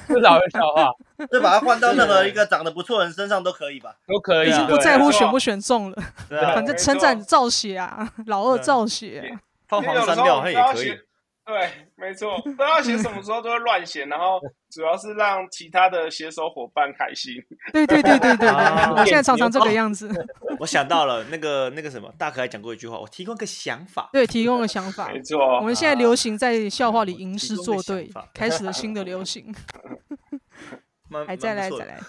[SPEAKER 2] 不老的笑话
[SPEAKER 6] 就把它换到任何一个长得不错的人身上都可以吧？
[SPEAKER 2] 都可以
[SPEAKER 1] 已
[SPEAKER 2] 啊，
[SPEAKER 1] 经不
[SPEAKER 2] 对
[SPEAKER 1] 在乎
[SPEAKER 3] 没错
[SPEAKER 1] 选不选中了，
[SPEAKER 5] 对
[SPEAKER 2] 啊
[SPEAKER 1] 反正称赞照写啊，老二照写啊，
[SPEAKER 5] 放黄山料他也可以。
[SPEAKER 3] 对，没错，不知道写什么时候都会乱写，然后主要是让其他的写手伙伴开心。
[SPEAKER 1] 对对对对对对，
[SPEAKER 5] 啊
[SPEAKER 1] 我现在常常这个样子，
[SPEAKER 5] 我想到了那个那个什么，大可爱讲过一句话，我提供个想法。
[SPEAKER 1] 对，提供了想法
[SPEAKER 3] 没。
[SPEAKER 1] 我
[SPEAKER 3] 错，
[SPEAKER 1] 们现在流行在笑话里吟诗
[SPEAKER 5] 提供
[SPEAKER 1] 作
[SPEAKER 5] 个想
[SPEAKER 1] 对
[SPEAKER 5] 法，
[SPEAKER 1] 开始了新的流行，
[SPEAKER 5] 蛮
[SPEAKER 1] 还再来
[SPEAKER 5] 蛮
[SPEAKER 1] 再
[SPEAKER 5] 不错的
[SPEAKER 1] 来，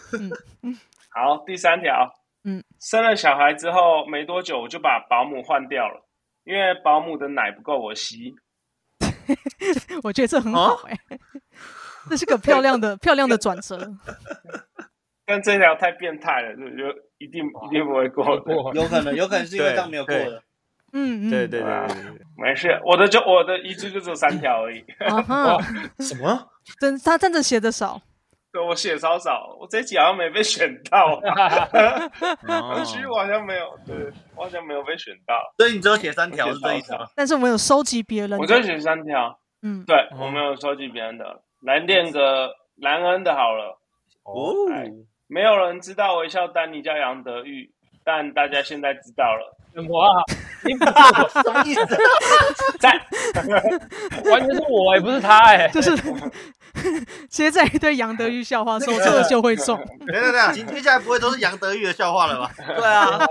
[SPEAKER 1] 嗯，
[SPEAKER 3] 好，第三条，
[SPEAKER 1] 嗯，
[SPEAKER 3] 生了小孩之后没多久，我就把保姆换掉了，因为保姆的奶不够我吸。
[SPEAKER 1] 我觉得这很
[SPEAKER 5] 啊
[SPEAKER 1] 好哎，这是个漂亮的漂亮的转折。
[SPEAKER 3] 但这条太变态了，就就一定一定不会过 的。
[SPEAKER 2] 过
[SPEAKER 6] 有可能，有可能是因为这样没有过
[SPEAKER 5] 对
[SPEAKER 6] 的。
[SPEAKER 1] 嗯嗯，
[SPEAKER 5] 对对对
[SPEAKER 3] 啊
[SPEAKER 5] 对对
[SPEAKER 3] 没事，我的就我的遗嘱就只有三条而已，
[SPEAKER 1] 啊哈，
[SPEAKER 5] 对，什么？
[SPEAKER 1] 真他真的写的少，
[SPEAKER 3] 对我写超少，我这一集好像没被选到、
[SPEAKER 5] 哦
[SPEAKER 3] 其实我好像没有，对，我好像没有被选到，
[SPEAKER 6] 所以你只有写三条
[SPEAKER 3] 我
[SPEAKER 6] 是
[SPEAKER 3] 写
[SPEAKER 6] 这意
[SPEAKER 3] 三
[SPEAKER 6] 思吗
[SPEAKER 3] 条？
[SPEAKER 1] 但是我们有收集别人
[SPEAKER 3] 我就
[SPEAKER 1] 的，
[SPEAKER 3] 写三条，
[SPEAKER 1] 嗯，
[SPEAKER 3] 对
[SPEAKER 5] 哦
[SPEAKER 3] 我没有收集别人的，来念个兰恩的好了。
[SPEAKER 5] 哦，
[SPEAKER 3] 哎没有人知道微笑丹尼叫杨德玉，但大家现在知道了。
[SPEAKER 2] 哇，你啊不是
[SPEAKER 6] 哦什么意思？
[SPEAKER 3] 在
[SPEAKER 2] 我，完全是我哎、不是他 哎、
[SPEAKER 1] 就是接在一堆杨德玉笑话说，这个就会中。
[SPEAKER 6] 等等等等，今天接下来不会都是杨德玉的笑话了吧？
[SPEAKER 5] 对啊，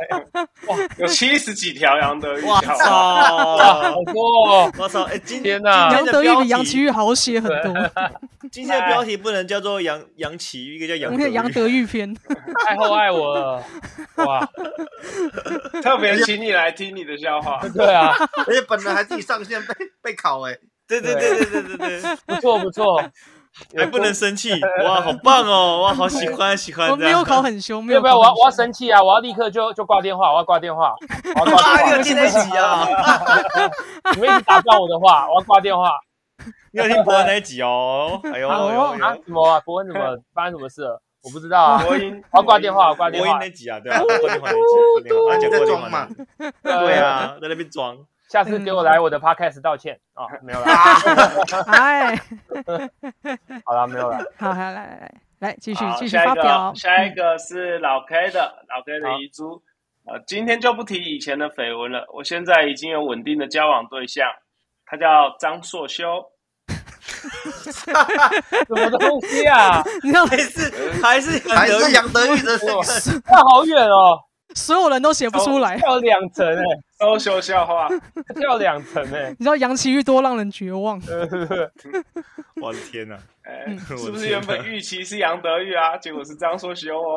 [SPEAKER 3] 有七十几条杨德玉
[SPEAKER 5] 哇
[SPEAKER 3] 笑话，
[SPEAKER 5] 操！
[SPEAKER 2] 好多、哦，
[SPEAKER 5] 我操！哎，今
[SPEAKER 2] 天哪
[SPEAKER 5] 今
[SPEAKER 1] 杨
[SPEAKER 5] 天的
[SPEAKER 1] 德玉
[SPEAKER 5] 标
[SPEAKER 1] 比
[SPEAKER 5] 题
[SPEAKER 1] 杨奇玉好写很多，
[SPEAKER 5] 今天的标题不能叫做杨杨奇玉，一个叫
[SPEAKER 1] 我
[SPEAKER 5] 杨
[SPEAKER 1] 们有杨德
[SPEAKER 5] 德玉
[SPEAKER 1] 玉篇，
[SPEAKER 2] 太厚爱我了，哇，
[SPEAKER 3] 特别请你来听你的 笑话。
[SPEAKER 2] 对啊，
[SPEAKER 6] 而且本人还自己上线被被考哎、
[SPEAKER 5] 对对对对对 对对，
[SPEAKER 2] 不错不错，
[SPEAKER 5] 还不能生气，哇，好棒哦，哇，好喜欢喜欢。
[SPEAKER 1] 我没有考，很 凶，没
[SPEAKER 2] 要
[SPEAKER 1] 有
[SPEAKER 2] 不要
[SPEAKER 1] 考
[SPEAKER 2] 我要
[SPEAKER 1] 很
[SPEAKER 2] 我要
[SPEAKER 1] 凶。
[SPEAKER 2] 生气啊！我要立刻就就挂电话，我要挂电话，我要 挂
[SPEAKER 5] 哇，
[SPEAKER 2] 电
[SPEAKER 5] 你有
[SPEAKER 2] 话，
[SPEAKER 5] 听那一集啊？
[SPEAKER 2] 你们一直打断我的话，我要挂电话。
[SPEAKER 5] 你有听博文那一集哦？哎呦哎呦哎
[SPEAKER 2] 啊
[SPEAKER 5] 呦！
[SPEAKER 2] 什么啊？伯恩怎么发生什么事了？我不知道 啊，
[SPEAKER 3] 播音，
[SPEAKER 2] 我要挂电话，我要挂
[SPEAKER 5] 播
[SPEAKER 2] 电
[SPEAKER 5] 音
[SPEAKER 2] 话
[SPEAKER 5] 那。集啊，对啊，播电话那集，播
[SPEAKER 6] 你
[SPEAKER 5] 电话，他讲
[SPEAKER 6] 在
[SPEAKER 5] 过电
[SPEAKER 6] 装
[SPEAKER 5] 话
[SPEAKER 6] 嘛
[SPEAKER 5] 那集，？对
[SPEAKER 2] 对，
[SPEAKER 5] 啊，在那边装。
[SPEAKER 2] 下次给我
[SPEAKER 1] 嗯
[SPEAKER 2] 来我的 podcast 道歉啊，没有了，
[SPEAKER 1] 哎，
[SPEAKER 2] 好了，没有了。
[SPEAKER 1] 好，来来来来， 继续
[SPEAKER 3] 好，
[SPEAKER 1] 继续
[SPEAKER 3] 下
[SPEAKER 1] 发
[SPEAKER 3] 一
[SPEAKER 1] 表嗯
[SPEAKER 3] 个，。下一个是老 K 的，老 K 的遗珠。呃，今天就不提以前的绯闻了，我现在已经有稳定的交往对象，他叫张硕修。
[SPEAKER 2] 什么东西啊？
[SPEAKER 1] 嗯你知道
[SPEAKER 5] 还是
[SPEAKER 3] 呃
[SPEAKER 5] 还是
[SPEAKER 6] 还
[SPEAKER 5] 杨德
[SPEAKER 6] 是
[SPEAKER 5] 玉，
[SPEAKER 6] 杨德玉的那个
[SPEAKER 2] 那好远哦，
[SPEAKER 1] 所有人都写不出来，
[SPEAKER 2] 跳两层哎，
[SPEAKER 3] 周修笑 话，
[SPEAKER 2] 跳两层哎。
[SPEAKER 1] 你知道杨奇玉多让人绝望。
[SPEAKER 5] 我的天哪！
[SPEAKER 3] 哎
[SPEAKER 1] 嗯
[SPEAKER 3] 是不是原本预期是杨德玉啊？结果是张硕修哦。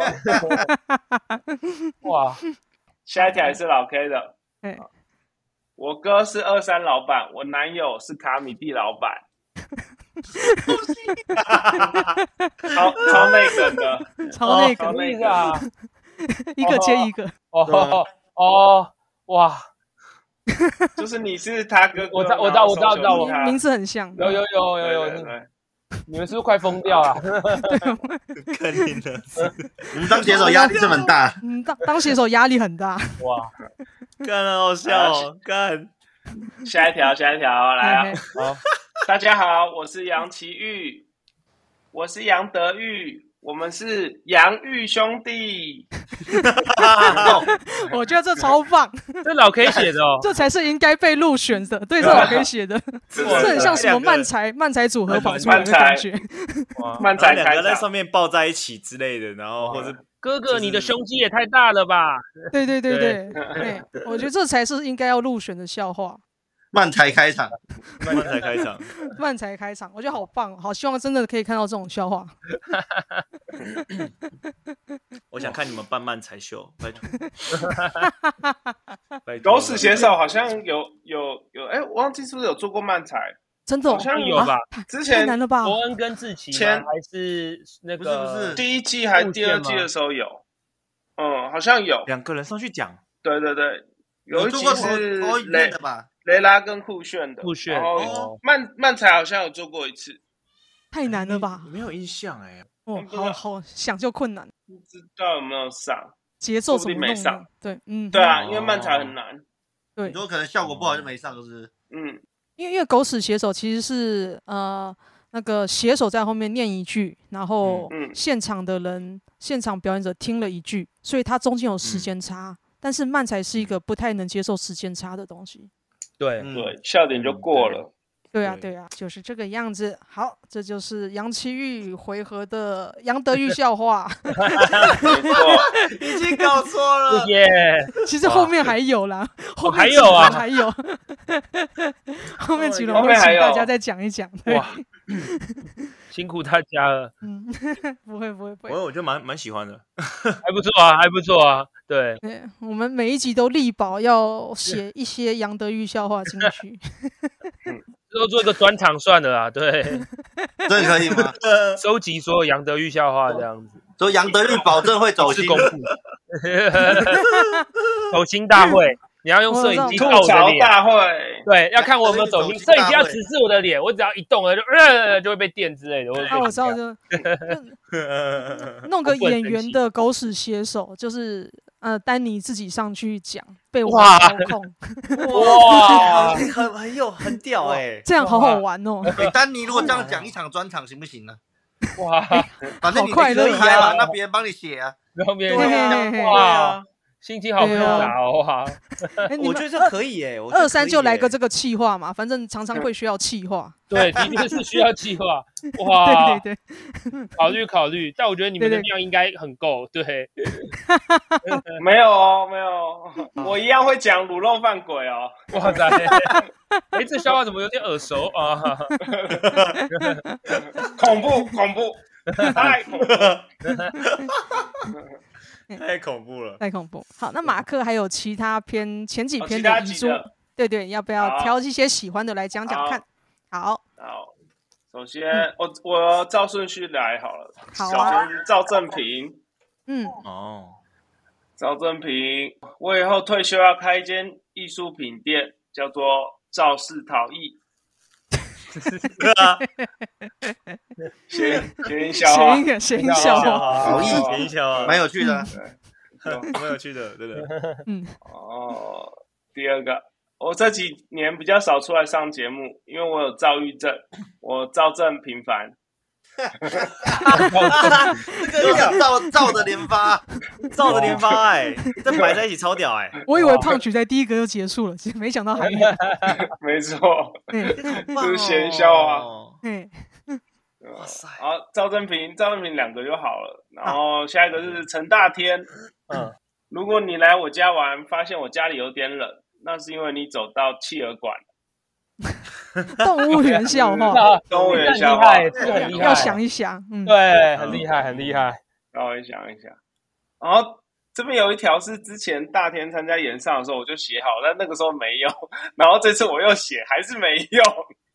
[SPEAKER 2] 哇，
[SPEAKER 3] 下一条也是老 K 的，
[SPEAKER 1] 哎，
[SPEAKER 3] 我哥是二三老板，我男友是卡米蒂老板。超超内梗的，
[SPEAKER 1] 朝那个
[SPEAKER 3] 超内
[SPEAKER 2] 那
[SPEAKER 3] 梗
[SPEAKER 2] 个啊，
[SPEAKER 1] 一个接一个，
[SPEAKER 2] 哦哦，哇，
[SPEAKER 3] 就是你是他哥哥，
[SPEAKER 2] 我知道我知道我知道我知道我
[SPEAKER 3] 然后
[SPEAKER 1] 名字很像。
[SPEAKER 2] 有有有
[SPEAKER 3] 对
[SPEAKER 2] 有
[SPEAKER 3] 对啊
[SPEAKER 2] 有，
[SPEAKER 3] 对
[SPEAKER 2] 你们是不是快疯掉啊了？
[SPEAKER 5] 肯定的，
[SPEAKER 6] 你们当写手压力是很大。
[SPEAKER 1] 嗯，当当写手压力很大。
[SPEAKER 2] 哇，
[SPEAKER 5] 干了好笑
[SPEAKER 3] 啊
[SPEAKER 5] 哦，干。
[SPEAKER 3] 下一条，下一条，来啊！
[SPEAKER 1] 嘿
[SPEAKER 2] 好，
[SPEAKER 3] 大家好，我是杨奇玉，我是杨德玉，我们是杨玉兄弟。
[SPEAKER 1] 嘿我觉得这超棒，
[SPEAKER 2] 这老 K 写的哦，
[SPEAKER 1] 这才是应该被入选的。对，这我可以写的，
[SPEAKER 3] 这
[SPEAKER 1] 这很像什么
[SPEAKER 5] 两个
[SPEAKER 1] 漫才漫才组合跑出来的感觉。
[SPEAKER 2] 哇
[SPEAKER 3] 漫
[SPEAKER 5] 然
[SPEAKER 3] 才
[SPEAKER 5] 后两
[SPEAKER 3] 开
[SPEAKER 5] 个在
[SPEAKER 3] 场
[SPEAKER 5] 上，面抱在一起之类的，然后或者
[SPEAKER 2] 哥哥，你的胸肌也太大了吧？
[SPEAKER 1] 对对对
[SPEAKER 2] 对
[SPEAKER 1] 对，对，我觉得这才是应该要入选的笑话。
[SPEAKER 6] 漫才开场，
[SPEAKER 5] 慢慢才开场，
[SPEAKER 1] 漫才开场，我觉得好棒，哦好希望真的可以看到这种笑话。
[SPEAKER 5] 我
[SPEAKER 1] 嗯
[SPEAKER 5] 想看你们办漫才秀，拜托。拜托
[SPEAKER 3] 狗屎写手好像有有有，哎，我忘记是不是有做过漫才？
[SPEAKER 1] 真的哦
[SPEAKER 3] 好像
[SPEAKER 2] 有吧？
[SPEAKER 3] 之
[SPEAKER 1] 太
[SPEAKER 3] 前
[SPEAKER 1] 难了吧？
[SPEAKER 2] 伯恩跟志奇
[SPEAKER 3] 前
[SPEAKER 2] 吗还是那个
[SPEAKER 5] 不是不是
[SPEAKER 3] 第一季还是第二季的时候有，嗯，好像有，
[SPEAKER 5] 两个人上去讲，
[SPEAKER 3] 对对对，有一
[SPEAKER 6] 做
[SPEAKER 3] 集
[SPEAKER 6] 过头
[SPEAKER 3] 是
[SPEAKER 6] 头一
[SPEAKER 3] 雷
[SPEAKER 6] 面的吧？
[SPEAKER 3] 雷拉跟酷炫的，
[SPEAKER 2] 酷炫
[SPEAKER 3] 然
[SPEAKER 2] 哦
[SPEAKER 3] 后漫漫才好像有做过一次，
[SPEAKER 1] 太难了吧？
[SPEAKER 5] 没有印象哎，
[SPEAKER 1] 哦，
[SPEAKER 3] 不知
[SPEAKER 1] 好
[SPEAKER 3] 道
[SPEAKER 1] 好想就困难，
[SPEAKER 3] 不知道有没有上？
[SPEAKER 1] 节奏怎
[SPEAKER 3] 说不定
[SPEAKER 1] 么
[SPEAKER 3] 没
[SPEAKER 1] 弄呢
[SPEAKER 3] 上？
[SPEAKER 1] 对，嗯，
[SPEAKER 3] 对啊，
[SPEAKER 5] 哦
[SPEAKER 3] 因为漫才很难，
[SPEAKER 1] 对
[SPEAKER 6] 你，说可能效果不好就没上，是不是？
[SPEAKER 3] 嗯，
[SPEAKER 1] 因为因为狗屎写手其实是呃那个写手在后面念一句，然后
[SPEAKER 3] 嗯嗯
[SPEAKER 1] 现场的人、现场表演者听了一句，所以它中间有
[SPEAKER 3] 嗯
[SPEAKER 1] 时间差。但是漫才是一个不太能接受时间差的东西。
[SPEAKER 2] 对，
[SPEAKER 5] 嗯
[SPEAKER 3] 对，笑点就过了。
[SPEAKER 1] 对啊，
[SPEAKER 5] 对
[SPEAKER 1] 对啊，就是这个样子。好，这就是杨奇玉回合的杨德玉笑 话。
[SPEAKER 3] 没错，
[SPEAKER 5] 已经搞错
[SPEAKER 2] 谢
[SPEAKER 5] 了。
[SPEAKER 2] 谢。
[SPEAKER 1] 其实后面还有啦，
[SPEAKER 3] 哦
[SPEAKER 1] 后面
[SPEAKER 2] 还
[SPEAKER 1] 几
[SPEAKER 2] 有
[SPEAKER 1] 轮
[SPEAKER 2] 啊
[SPEAKER 1] 还有， 后面几轮
[SPEAKER 3] 后
[SPEAKER 1] 会
[SPEAKER 3] 面
[SPEAKER 1] 请
[SPEAKER 3] 还
[SPEAKER 1] 大
[SPEAKER 3] 有
[SPEAKER 1] 家再讲一讲。对，
[SPEAKER 2] 哇，辛苦大家了，
[SPEAKER 1] 嗯， 不会不会不会。
[SPEAKER 5] 我我觉得蛮蛮喜欢 的，
[SPEAKER 2] 还不错啊，还不错啊。对，
[SPEAKER 1] 对，我们每一集都力保要写一些杨德玉笑话进去。
[SPEAKER 2] 之后做一个专场算了啦。对，
[SPEAKER 6] 这可以吗？
[SPEAKER 1] 呃
[SPEAKER 2] 收集所有杨德玉笑话这样子，
[SPEAKER 6] 说杨德玉保证会走
[SPEAKER 2] 是
[SPEAKER 6] 心，
[SPEAKER 2] 公布。走心大会，你要用摄影机
[SPEAKER 3] 吐
[SPEAKER 2] 照我的
[SPEAKER 3] 槽
[SPEAKER 2] 脸，
[SPEAKER 3] 大会，
[SPEAKER 2] 对，要看我有没有走心。
[SPEAKER 6] 走心
[SPEAKER 2] 摄
[SPEAKER 6] 大
[SPEAKER 2] 影
[SPEAKER 6] 会
[SPEAKER 2] 机要直视我的脸，我只要一动了就呃就会被电之类的。
[SPEAKER 1] 啊，
[SPEAKER 2] 我
[SPEAKER 1] 我知道就
[SPEAKER 5] 嗯
[SPEAKER 1] 弄个
[SPEAKER 2] 我不能
[SPEAKER 1] 演
[SPEAKER 2] 生
[SPEAKER 1] 员
[SPEAKER 2] 气
[SPEAKER 1] 的狗屎写手，就是呃丹尼自己上去讲，被我
[SPEAKER 2] 哇
[SPEAKER 1] 操控，
[SPEAKER 2] 哇，
[SPEAKER 5] 很很有很屌哎，
[SPEAKER 1] 这样好好玩哦。
[SPEAKER 6] 哎丹尼如果这样讲一场专场行不行呢？
[SPEAKER 2] 哇，
[SPEAKER 6] 反正你
[SPEAKER 1] 好快乐
[SPEAKER 6] 自己开嘛
[SPEAKER 2] 啊，
[SPEAKER 6] 那别人帮你写啊。
[SPEAKER 2] 然后别人
[SPEAKER 5] 对啊
[SPEAKER 1] 嘿嘿嘿
[SPEAKER 2] 哇，心情好复杂哦哇！
[SPEAKER 1] 哎，你
[SPEAKER 5] 我觉得
[SPEAKER 1] 们
[SPEAKER 5] 这可以哎，我觉得
[SPEAKER 1] 二三
[SPEAKER 5] 可以
[SPEAKER 1] 就来
[SPEAKER 5] 哎
[SPEAKER 1] 个这个气话嘛，反正常常会需要气话。
[SPEAKER 2] 对，的确是需要计 划哇啊
[SPEAKER 1] 对，对对，
[SPEAKER 2] 考虑考虑。但我觉得你们的
[SPEAKER 1] 对对
[SPEAKER 2] 量应该很够，对，
[SPEAKER 3] 没有哦，没有，我一样会讲卤肉饭鬼哦。
[SPEAKER 2] 哇 塞，哎，这笑话怎么有点耳熟啊？
[SPEAKER 3] 恐怖恐怖，太恐怖！
[SPEAKER 5] 太恐怖了。
[SPEAKER 1] 太恐怖。好，那马克还有其他篇前几
[SPEAKER 3] 哦
[SPEAKER 1] 篇
[SPEAKER 3] 其他
[SPEAKER 1] 遗
[SPEAKER 3] 几
[SPEAKER 1] 书，
[SPEAKER 3] 个
[SPEAKER 1] 对对，要不要
[SPEAKER 3] 好
[SPEAKER 1] 挑一些喜欢的来讲讲
[SPEAKER 3] 好
[SPEAKER 1] 看？好，
[SPEAKER 3] 好，首先我我照顺序来好了。
[SPEAKER 1] 好
[SPEAKER 3] 首
[SPEAKER 1] 啊
[SPEAKER 3] 先是赵正平，
[SPEAKER 1] 嗯，
[SPEAKER 5] 哦，
[SPEAKER 3] 赵正平，我以后退休要开一间艺术品店，叫做赵氏陶艺。谐音谐音笑
[SPEAKER 1] 谐
[SPEAKER 3] 话
[SPEAKER 1] 音，梗，谐音笑 话，
[SPEAKER 5] 好
[SPEAKER 6] 意
[SPEAKER 5] 好一笑啊，
[SPEAKER 6] 蛮有趣的啊。
[SPEAKER 5] 蛮有趣的，真的。
[SPEAKER 1] 嗯，
[SPEAKER 3] 哦，第二个，我这几年比较少出来上节目，因为我有躁郁症，我躁症频繁。
[SPEAKER 6] 这个叫照照着连发，
[SPEAKER 5] 照着连发哎，这摆在一起超屌 哎，
[SPEAKER 1] 我以为胖曲在第一个就结束了，其实没想到还没有。
[SPEAKER 3] 没错，
[SPEAKER 1] 嗯
[SPEAKER 3] 就是闲笑啊
[SPEAKER 5] 啊。
[SPEAKER 1] 嗯，
[SPEAKER 5] 哇塞，
[SPEAKER 3] 然后赵正平，赵正平两个就好了。然后下一个是陈大天，
[SPEAKER 2] 嗯，
[SPEAKER 3] 如果你来我家玩，发现我家里有点冷，那是因为你走到企鹅馆。
[SPEAKER 1] 动物园笑话。
[SPEAKER 2] 那
[SPEAKER 3] 动物
[SPEAKER 2] 这哦
[SPEAKER 3] 园
[SPEAKER 2] 很厉
[SPEAKER 3] 笑话，
[SPEAKER 2] 害，这很厉害，
[SPEAKER 1] 要想一想，嗯，
[SPEAKER 2] 对，很厉害，很厉害。
[SPEAKER 3] 让我想一下。然后这边有一条是之前大天参加演唱的时候我就写好，但那个时候没有，然后这次我又写还是没用。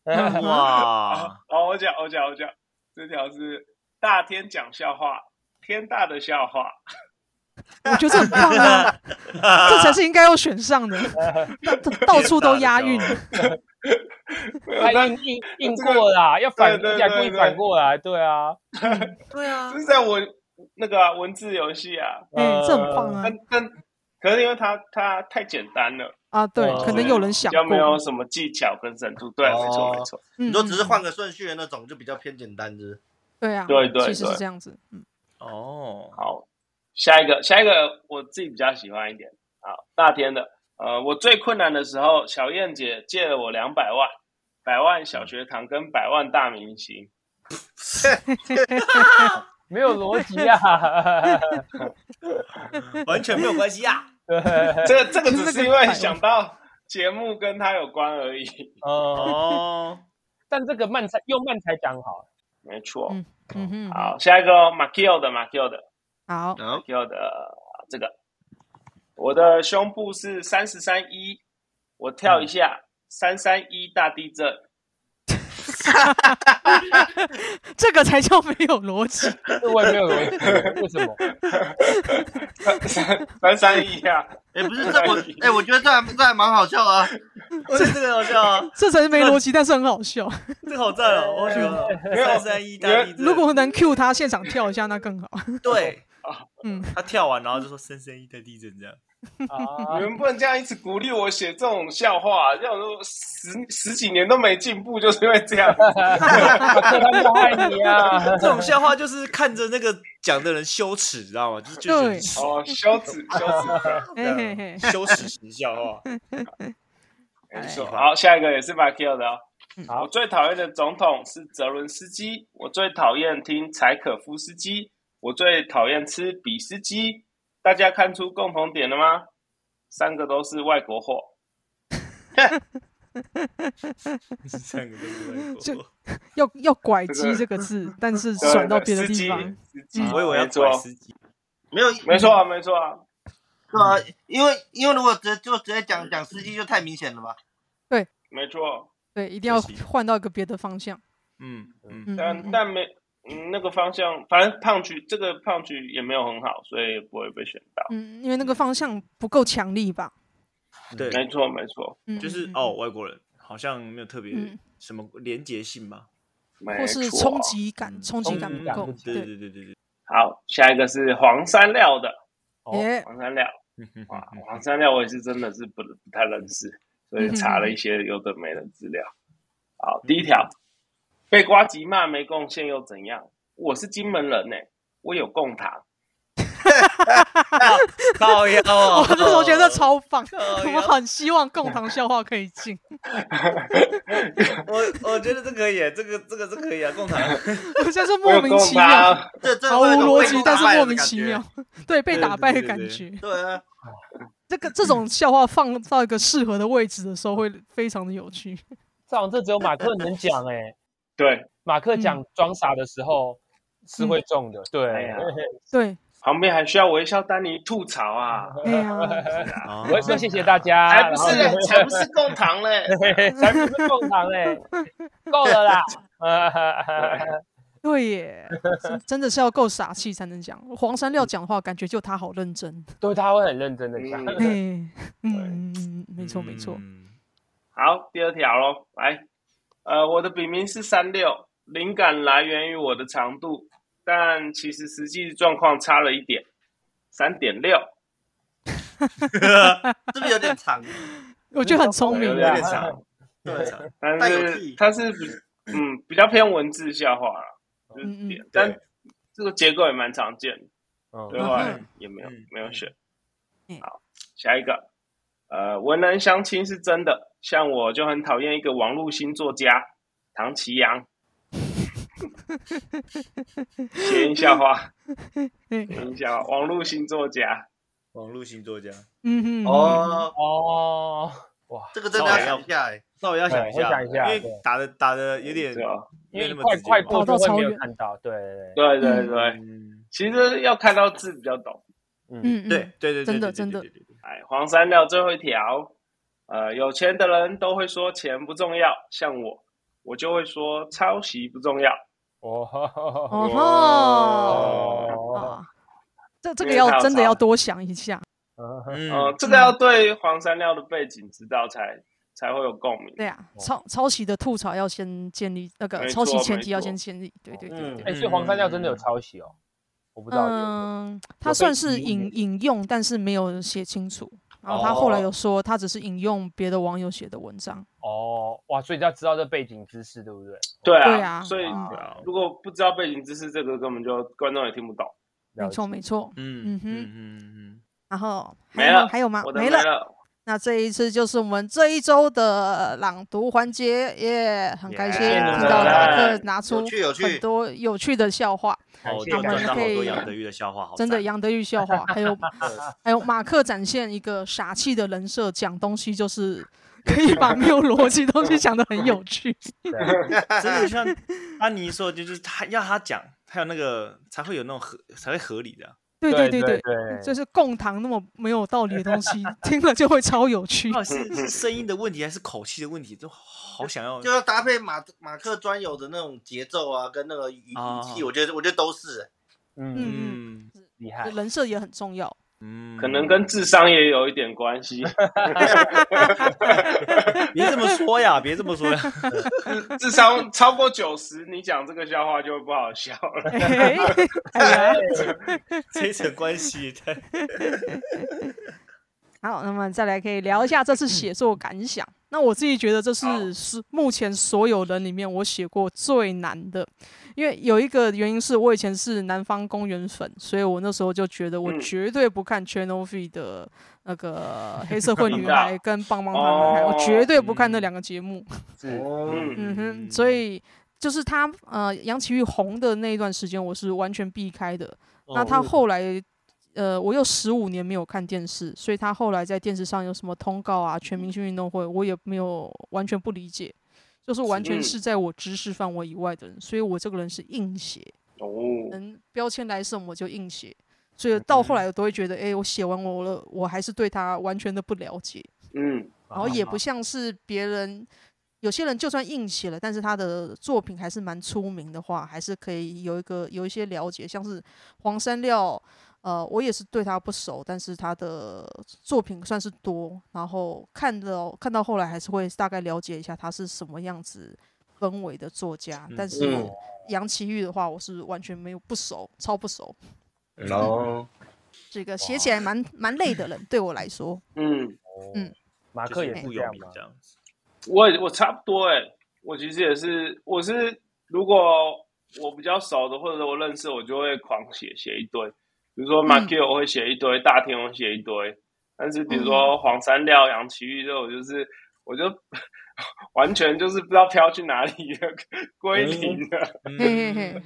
[SPEAKER 1] 嗯
[SPEAKER 5] 哇，
[SPEAKER 3] 然后我讲，我讲，我讲，这条是大天讲笑话，天大的笑话。
[SPEAKER 1] 我觉得这很棒 啊，这才是应该要选上的，到到处都押韵，
[SPEAKER 2] 他硬 硬硬过啦，要反
[SPEAKER 3] 对
[SPEAKER 2] 过
[SPEAKER 3] 对
[SPEAKER 2] 来，故意
[SPEAKER 3] 对对
[SPEAKER 2] 反过来，对啊，
[SPEAKER 5] 对啊
[SPEAKER 3] 这，是在文那个啊、文字游戏啊，
[SPEAKER 1] 嗯，这很棒
[SPEAKER 2] 呃。
[SPEAKER 1] 啊
[SPEAKER 3] 但但可是因为它它太简单了，
[SPEAKER 1] 啊！对，
[SPEAKER 2] 哦
[SPEAKER 1] 可能有人想
[SPEAKER 3] 比较没有
[SPEAKER 1] 过，嗯
[SPEAKER 3] 什么技巧跟深度。对，
[SPEAKER 6] 哦
[SPEAKER 3] 没错没错。
[SPEAKER 1] 你
[SPEAKER 6] 你说只是换个顺序的那种，就比较偏简单，是不是？
[SPEAKER 1] 对啊，
[SPEAKER 3] 对对
[SPEAKER 1] 其实是
[SPEAKER 3] 对
[SPEAKER 1] 这样子，嗯，
[SPEAKER 5] 哦，
[SPEAKER 3] 好，下一个下一个我自己比较喜欢一点。好，大天的，呃，我最困难的时候，小燕姐借了我两百万，百万小学堂跟百万大明星。
[SPEAKER 2] 没有逻辑 啊，
[SPEAKER 5] 哦完全没有关系啊。
[SPEAKER 3] 这个这个只是因为
[SPEAKER 1] 就是那个
[SPEAKER 3] 想到节目跟他有关而已。
[SPEAKER 2] 嗯，
[SPEAKER 5] 哦，
[SPEAKER 2] 但这个慢才用慢才讲好，
[SPEAKER 3] 没错。
[SPEAKER 1] 嗯嗯哼，
[SPEAKER 3] 好，下一个哦马 q 的马 q 的
[SPEAKER 1] 好，
[SPEAKER 6] 好，
[SPEAKER 3] q 的这个，我的胸部是三十三一，我跳一下三三一大地震。
[SPEAKER 1] 这个才叫没有逻辑，
[SPEAKER 2] 这我也没有逻辑，为什么？
[SPEAKER 3] 三三三一啊！
[SPEAKER 6] 哎，不是这我，哎，我觉得这还这还蛮好笑的啊。
[SPEAKER 5] 我觉得 这个好笑啊，
[SPEAKER 1] 这才是没逻辑，但是很好笑。
[SPEAKER 5] 这个好赞哦，我喜欢。三三一大地震，
[SPEAKER 1] 如果能 cue 他现场跳一下，那更好。
[SPEAKER 5] 对
[SPEAKER 1] 嗯，
[SPEAKER 5] 他跳完然后就说三三一大地震这样，
[SPEAKER 2] 啊
[SPEAKER 3] 你，们不能这样一直鼓励我写这种笑话，这种都十十几年都没进步，就是因为这 样。
[SPEAKER 2] 这他们都爱你啊，
[SPEAKER 5] 这种笑话就是看着那个讲的人羞耻，知道吗？就是就是很爽
[SPEAKER 3] 哦，羞耻，羞耻，
[SPEAKER 1] 嘿嘿嘿，
[SPEAKER 5] 羞耻型 笑话。
[SPEAKER 1] 哎
[SPEAKER 3] 没错。好，下一个也是马 Q 的哦。
[SPEAKER 1] 嗯
[SPEAKER 2] 好
[SPEAKER 3] 我最讨厌的总统是泽伦斯基，我最讨厌听柴可夫斯基，我最讨厌吃比斯基。大家看出共同点了吗？三个都是外国货。
[SPEAKER 5] 三个都是外国
[SPEAKER 1] 就要要拐
[SPEAKER 3] 这
[SPEAKER 1] 击
[SPEAKER 3] 个
[SPEAKER 1] 这个字，但是
[SPEAKER 3] 对
[SPEAKER 1] 转到别
[SPEAKER 3] 对
[SPEAKER 1] 的
[SPEAKER 3] 司
[SPEAKER 1] 地
[SPEAKER 3] 机
[SPEAKER 1] 方。
[SPEAKER 3] 司机
[SPEAKER 5] 嗯我以为要
[SPEAKER 3] 没错
[SPEAKER 5] 拐司机，
[SPEAKER 6] 没有，
[SPEAKER 3] 没错啊，没错啊。
[SPEAKER 6] 对啊，因为因为如果直接就直接讲讲司机就太明显了吧？
[SPEAKER 3] 没错，啊
[SPEAKER 1] 对，一定要
[SPEAKER 5] 可惜
[SPEAKER 1] 换到一个别的方向。
[SPEAKER 5] 嗯嗯，
[SPEAKER 1] 嗯嗯
[SPEAKER 3] 但
[SPEAKER 1] 嗯
[SPEAKER 3] 呃但没嗯那个方向，反正胖橘这个胖橘也没有很好，所以不会被选到。
[SPEAKER 1] 嗯，因为那个方向不够强力吧。
[SPEAKER 5] 对，
[SPEAKER 3] 没错没错，
[SPEAKER 1] 嗯，
[SPEAKER 5] 就是
[SPEAKER 1] 嗯，
[SPEAKER 5] 哦，外国人好像没有特别
[SPEAKER 1] 嗯
[SPEAKER 5] 什么连结性吧？
[SPEAKER 3] 没
[SPEAKER 1] 或是
[SPEAKER 3] 错
[SPEAKER 1] 冲击感，
[SPEAKER 5] 嗯
[SPEAKER 1] 冲击
[SPEAKER 5] 冲
[SPEAKER 1] 感
[SPEAKER 5] 击
[SPEAKER 1] 不
[SPEAKER 2] 感
[SPEAKER 1] 够
[SPEAKER 2] 不。
[SPEAKER 5] 对
[SPEAKER 1] 对，
[SPEAKER 5] 对对对对，
[SPEAKER 3] 好，下一个是黄山料的
[SPEAKER 5] 哦
[SPEAKER 1] 耶，
[SPEAKER 3] 黄山料，
[SPEAKER 5] 嗯嗯
[SPEAKER 3] 哇，
[SPEAKER 5] 嗯
[SPEAKER 3] 黄山料我也是真的是不不太认识，所
[SPEAKER 1] 嗯
[SPEAKER 3] 以查了一些有的没的资料。
[SPEAKER 5] 嗯
[SPEAKER 3] 好，第一条，被瓜吉骂没贡献又怎样？我是金门人呢、我有贡糖。
[SPEAKER 5] 靠腰哦
[SPEAKER 1] 我那时候觉 得超棒，
[SPEAKER 5] 哦
[SPEAKER 1] 我很希望共同笑话可以进。
[SPEAKER 5] 我我觉得这可以耶，这个这个这可以啊，共产
[SPEAKER 1] 我真是
[SPEAKER 3] 我有
[SPEAKER 1] 莫名
[SPEAKER 3] 贡
[SPEAKER 1] 其妙，
[SPEAKER 3] 糖，
[SPEAKER 6] 这这
[SPEAKER 1] 毫无
[SPEAKER 6] 会有一种
[SPEAKER 1] 逻
[SPEAKER 6] 被
[SPEAKER 1] 辑，
[SPEAKER 6] 打
[SPEAKER 1] 但是
[SPEAKER 6] 败
[SPEAKER 1] 莫
[SPEAKER 6] 的
[SPEAKER 1] 名
[SPEAKER 6] 感
[SPEAKER 1] 其
[SPEAKER 6] 觉
[SPEAKER 1] 妙，对被
[SPEAKER 5] 对
[SPEAKER 1] 打
[SPEAKER 5] 对
[SPEAKER 1] 败的
[SPEAKER 5] 对
[SPEAKER 1] 感
[SPEAKER 5] 对
[SPEAKER 1] 觉。
[SPEAKER 6] 对啊，
[SPEAKER 1] 这个这种笑话放到一个适合的位置的时候，会非常的有趣。
[SPEAKER 2] 这种这只有马克能讲哎、
[SPEAKER 3] 对，
[SPEAKER 2] 马克讲装傻的时候是会中的，对，
[SPEAKER 3] 哎呀
[SPEAKER 1] 对，
[SPEAKER 3] 旁边还需要微笑丹尼吐槽啊，
[SPEAKER 1] 哎呀，
[SPEAKER 5] 哦
[SPEAKER 2] 我说谢谢大家，
[SPEAKER 3] 才不是嘞
[SPEAKER 2] 然后，
[SPEAKER 3] 才不是贡糖嘞，
[SPEAKER 2] 才不是共堂 嘞，够了啦。呃
[SPEAKER 1] 对耶，真 真的是要够傻气才能讲。黄山料讲话，感觉就他好认真。
[SPEAKER 2] 对，他会很认真的讲。
[SPEAKER 1] 哎
[SPEAKER 3] 嗯，
[SPEAKER 1] 嗯，没错没错。
[SPEAKER 5] 嗯
[SPEAKER 3] 好，第二条喽，来，呃，我的笔名是三六，灵感来源于我的长度，但其实实际状况差了一点，三点六，
[SPEAKER 6] 是不是有点长？
[SPEAKER 1] 我觉得很聪明
[SPEAKER 5] 有
[SPEAKER 1] 啊
[SPEAKER 5] 点，长，有点
[SPEAKER 6] 对
[SPEAKER 5] 长，
[SPEAKER 3] 但
[SPEAKER 6] 但有
[SPEAKER 3] 是
[SPEAKER 6] 屁
[SPEAKER 3] 它是 比嗯比较偏文字笑话啦，就是
[SPEAKER 1] 嗯嗯
[SPEAKER 3] 点，但
[SPEAKER 5] 对，
[SPEAKER 3] 这个结构也蛮常见的，对
[SPEAKER 2] 嗯，
[SPEAKER 3] 后
[SPEAKER 1] 嗯
[SPEAKER 3] 来
[SPEAKER 1] 哼
[SPEAKER 3] 也没有
[SPEAKER 5] 嗯
[SPEAKER 3] 没有选
[SPEAKER 1] 嗯。
[SPEAKER 3] 好，下一个，呃，文人相亲是真的，像我就很讨厌一个网络新作家唐奇 阳，谐音笑话，
[SPEAKER 1] 嗯
[SPEAKER 3] 谐音笑话，网络新作家，
[SPEAKER 5] 网络型作家，
[SPEAKER 1] 嗯嗯嗯
[SPEAKER 6] 哦，
[SPEAKER 2] 哦，哇，
[SPEAKER 6] 这个真的要
[SPEAKER 5] 稍微要
[SPEAKER 6] 想一下哎，
[SPEAKER 5] 稍微要想一
[SPEAKER 2] 对
[SPEAKER 5] 下，
[SPEAKER 2] 我想一下
[SPEAKER 5] 因为打的打的有点
[SPEAKER 3] 对哦，
[SPEAKER 2] 因为
[SPEAKER 5] 没那么
[SPEAKER 2] 快
[SPEAKER 5] 直接
[SPEAKER 2] 快
[SPEAKER 5] 吧
[SPEAKER 2] 过
[SPEAKER 1] 跑
[SPEAKER 2] 就
[SPEAKER 1] 到
[SPEAKER 2] 会
[SPEAKER 1] 超
[SPEAKER 2] 没有
[SPEAKER 1] 远
[SPEAKER 2] 看到，对对对，
[SPEAKER 3] 对对对，
[SPEAKER 5] 嗯
[SPEAKER 3] 其实要看到字比较懂。
[SPEAKER 2] 嗯，
[SPEAKER 1] 嗯，嗯
[SPEAKER 5] 对，对对，对
[SPEAKER 1] 真的
[SPEAKER 5] 对对
[SPEAKER 1] 真的
[SPEAKER 5] 对对对
[SPEAKER 3] 哎，黄山料最后一条，呃，有钱的人都会说钱不重要，像我，我就会说抄袭不重要。
[SPEAKER 2] 哦，
[SPEAKER 1] 哦吼
[SPEAKER 2] 哦，
[SPEAKER 1] 啊，这这
[SPEAKER 3] 因
[SPEAKER 1] 个
[SPEAKER 3] 为
[SPEAKER 1] 要
[SPEAKER 3] 他有
[SPEAKER 1] 真的
[SPEAKER 3] 差
[SPEAKER 1] 要
[SPEAKER 3] 的
[SPEAKER 1] 多想一下。
[SPEAKER 5] 嗯
[SPEAKER 3] 呃，这个要对黄山料的背景知道才才会有共鸣。
[SPEAKER 1] 对啊，抄抄袭的吐槽要先建立，那个
[SPEAKER 3] 没
[SPEAKER 1] 抄袭
[SPEAKER 3] 错
[SPEAKER 1] 前
[SPEAKER 3] 没
[SPEAKER 1] 提要
[SPEAKER 3] 错
[SPEAKER 1] 先建立。对对对
[SPEAKER 6] 嗯
[SPEAKER 1] 对。
[SPEAKER 2] 哎，所以黄山料真的有抄袭哦，我不知道有没有，
[SPEAKER 1] 嗯，他
[SPEAKER 2] 被
[SPEAKER 1] 算是
[SPEAKER 2] 引
[SPEAKER 1] 引引
[SPEAKER 2] 用
[SPEAKER 1] 用，但是没有写清楚。然后他后来
[SPEAKER 5] 哦
[SPEAKER 1] 有说，他只是引用别的网友写的文章。
[SPEAKER 2] 哦，哇，所以要知道这背景知识，对不对？
[SPEAKER 3] 对啊，
[SPEAKER 1] 对啊
[SPEAKER 3] 所以
[SPEAKER 1] 嗯
[SPEAKER 5] 对啊
[SPEAKER 3] 如果不知道背景知识，这个根本就观众也听不懂。
[SPEAKER 1] 没
[SPEAKER 2] 了
[SPEAKER 1] 错，
[SPEAKER 2] 解
[SPEAKER 1] 没错。
[SPEAKER 5] 嗯
[SPEAKER 1] 嗯哼
[SPEAKER 5] 嗯嗯
[SPEAKER 1] 然后还
[SPEAKER 3] 没
[SPEAKER 1] 有吗
[SPEAKER 3] 了，
[SPEAKER 1] 还有吗
[SPEAKER 3] 我？的
[SPEAKER 1] 啊没
[SPEAKER 3] 没
[SPEAKER 1] 了。那这一次就是我们这一周的朗读环节，耶、很感谢
[SPEAKER 5] 耶
[SPEAKER 1] 地道达克拿出
[SPEAKER 6] 有趣有趣
[SPEAKER 1] 很多有趣的笑话，
[SPEAKER 5] 嗯，
[SPEAKER 2] 感
[SPEAKER 5] 哦，
[SPEAKER 2] 谢
[SPEAKER 5] 就
[SPEAKER 1] 感
[SPEAKER 5] 转
[SPEAKER 1] 谢
[SPEAKER 5] 到好多
[SPEAKER 1] 可以
[SPEAKER 5] 杨德玉的笑话，好
[SPEAKER 1] 真的
[SPEAKER 5] 赞
[SPEAKER 1] 杨德玉笑话，还有还有马克展现一个傻气的人设，讲东西就是可以把没有逻辑的东西讲得很有趣。
[SPEAKER 5] 真 的哎像安妮说的，就是他要他讲，他有那个才会有那种合才会合理的啊。
[SPEAKER 1] 对对对
[SPEAKER 2] 对
[SPEAKER 1] 对，就是共堂那么没有道理的东西，听了就会超有趣。
[SPEAKER 5] 到底是是声音的问题还是口气的问题，都好想要
[SPEAKER 6] 就。要搭配马马克专有的那种节奏啊，跟那个语
[SPEAKER 5] 哦
[SPEAKER 6] 语气，我觉得我觉得都是哎
[SPEAKER 2] 嗯，
[SPEAKER 1] 嗯
[SPEAKER 5] 嗯
[SPEAKER 2] 厉害，
[SPEAKER 1] 人设也很重要。
[SPEAKER 5] 嗯，
[SPEAKER 3] 可能跟智商也有一点关系。
[SPEAKER 5] 别这么说呀，别这 么说呀。
[SPEAKER 3] 智 智商超过九十，你讲这个笑话就会不好笑了。
[SPEAKER 1] 哎哎呀
[SPEAKER 5] 这一层关系，太
[SPEAKER 1] 好，那么再来可以聊一下这次写作感想。那我自己觉得这是
[SPEAKER 3] 好
[SPEAKER 1] 是目前所有人里面我写过最难的，因为有一个原因是我以前是南方公园粉，所以我那时候就觉得我
[SPEAKER 3] 嗯
[SPEAKER 1] 绝对不看 Channel V 的那个黑社 会女
[SPEAKER 3] 知道
[SPEAKER 1] 孩跟帮帮他们，还我绝
[SPEAKER 3] 哦
[SPEAKER 1] 对不看那
[SPEAKER 5] 嗯
[SPEAKER 1] 两个节目。
[SPEAKER 2] 是
[SPEAKER 6] 嗯，
[SPEAKER 1] 嗯哼，
[SPEAKER 5] 嗯
[SPEAKER 1] 所以就是他呃，杨奇煜红的那一段时间，我是完全避开的。
[SPEAKER 5] 哦
[SPEAKER 1] 那他后来呃，我又十五年没有看电视，所以他后来在电视上有什么通告啊、全明星运动会，我也没有完全不理解，就是完全
[SPEAKER 3] 嗯
[SPEAKER 1] 是在我知识范围以外的人，所以我这个人是硬写，
[SPEAKER 3] 哦，
[SPEAKER 1] 能标签来什么我就硬写。所以到后来我都会觉得，哎、我写完我了，我还是对他完全的不了解。
[SPEAKER 3] 嗯，
[SPEAKER 1] 然后也不像是别人有些人就算硬写了，但是他的作品还是蛮出名的话，还是可以有一个有一些了解。像是黄山料，呃，我也是对他不熟，但是他的作品算是多，然后看的看到后来还是会大概了解一下他是什么样子氛围的作家。但是
[SPEAKER 6] 嗯
[SPEAKER 1] 杨奇玉的话，我是完全没有不熟，超不熟，
[SPEAKER 6] 然后
[SPEAKER 1] 是一个写起来蛮蛮累的人，对我来说。
[SPEAKER 3] 嗯，
[SPEAKER 1] 嗯
[SPEAKER 2] 马
[SPEAKER 5] 就
[SPEAKER 2] 克
[SPEAKER 5] 是
[SPEAKER 2] 也是
[SPEAKER 5] 不
[SPEAKER 2] 这
[SPEAKER 5] 有
[SPEAKER 2] 样
[SPEAKER 5] 名
[SPEAKER 2] 吗？
[SPEAKER 5] 这样子。
[SPEAKER 3] 我也我差不多哎、我其实也是，我是如果我比较熟的或者我认识，我就会狂写写一堆，比如说马 Q 我会写一堆，大天我写一堆，但是比如说黄山料、杨奇玉这种，就是我就 完全就是不知道飘去哪里了， 归零了。
[SPEAKER 5] 嗯
[SPEAKER 1] 嘿嘿嘿，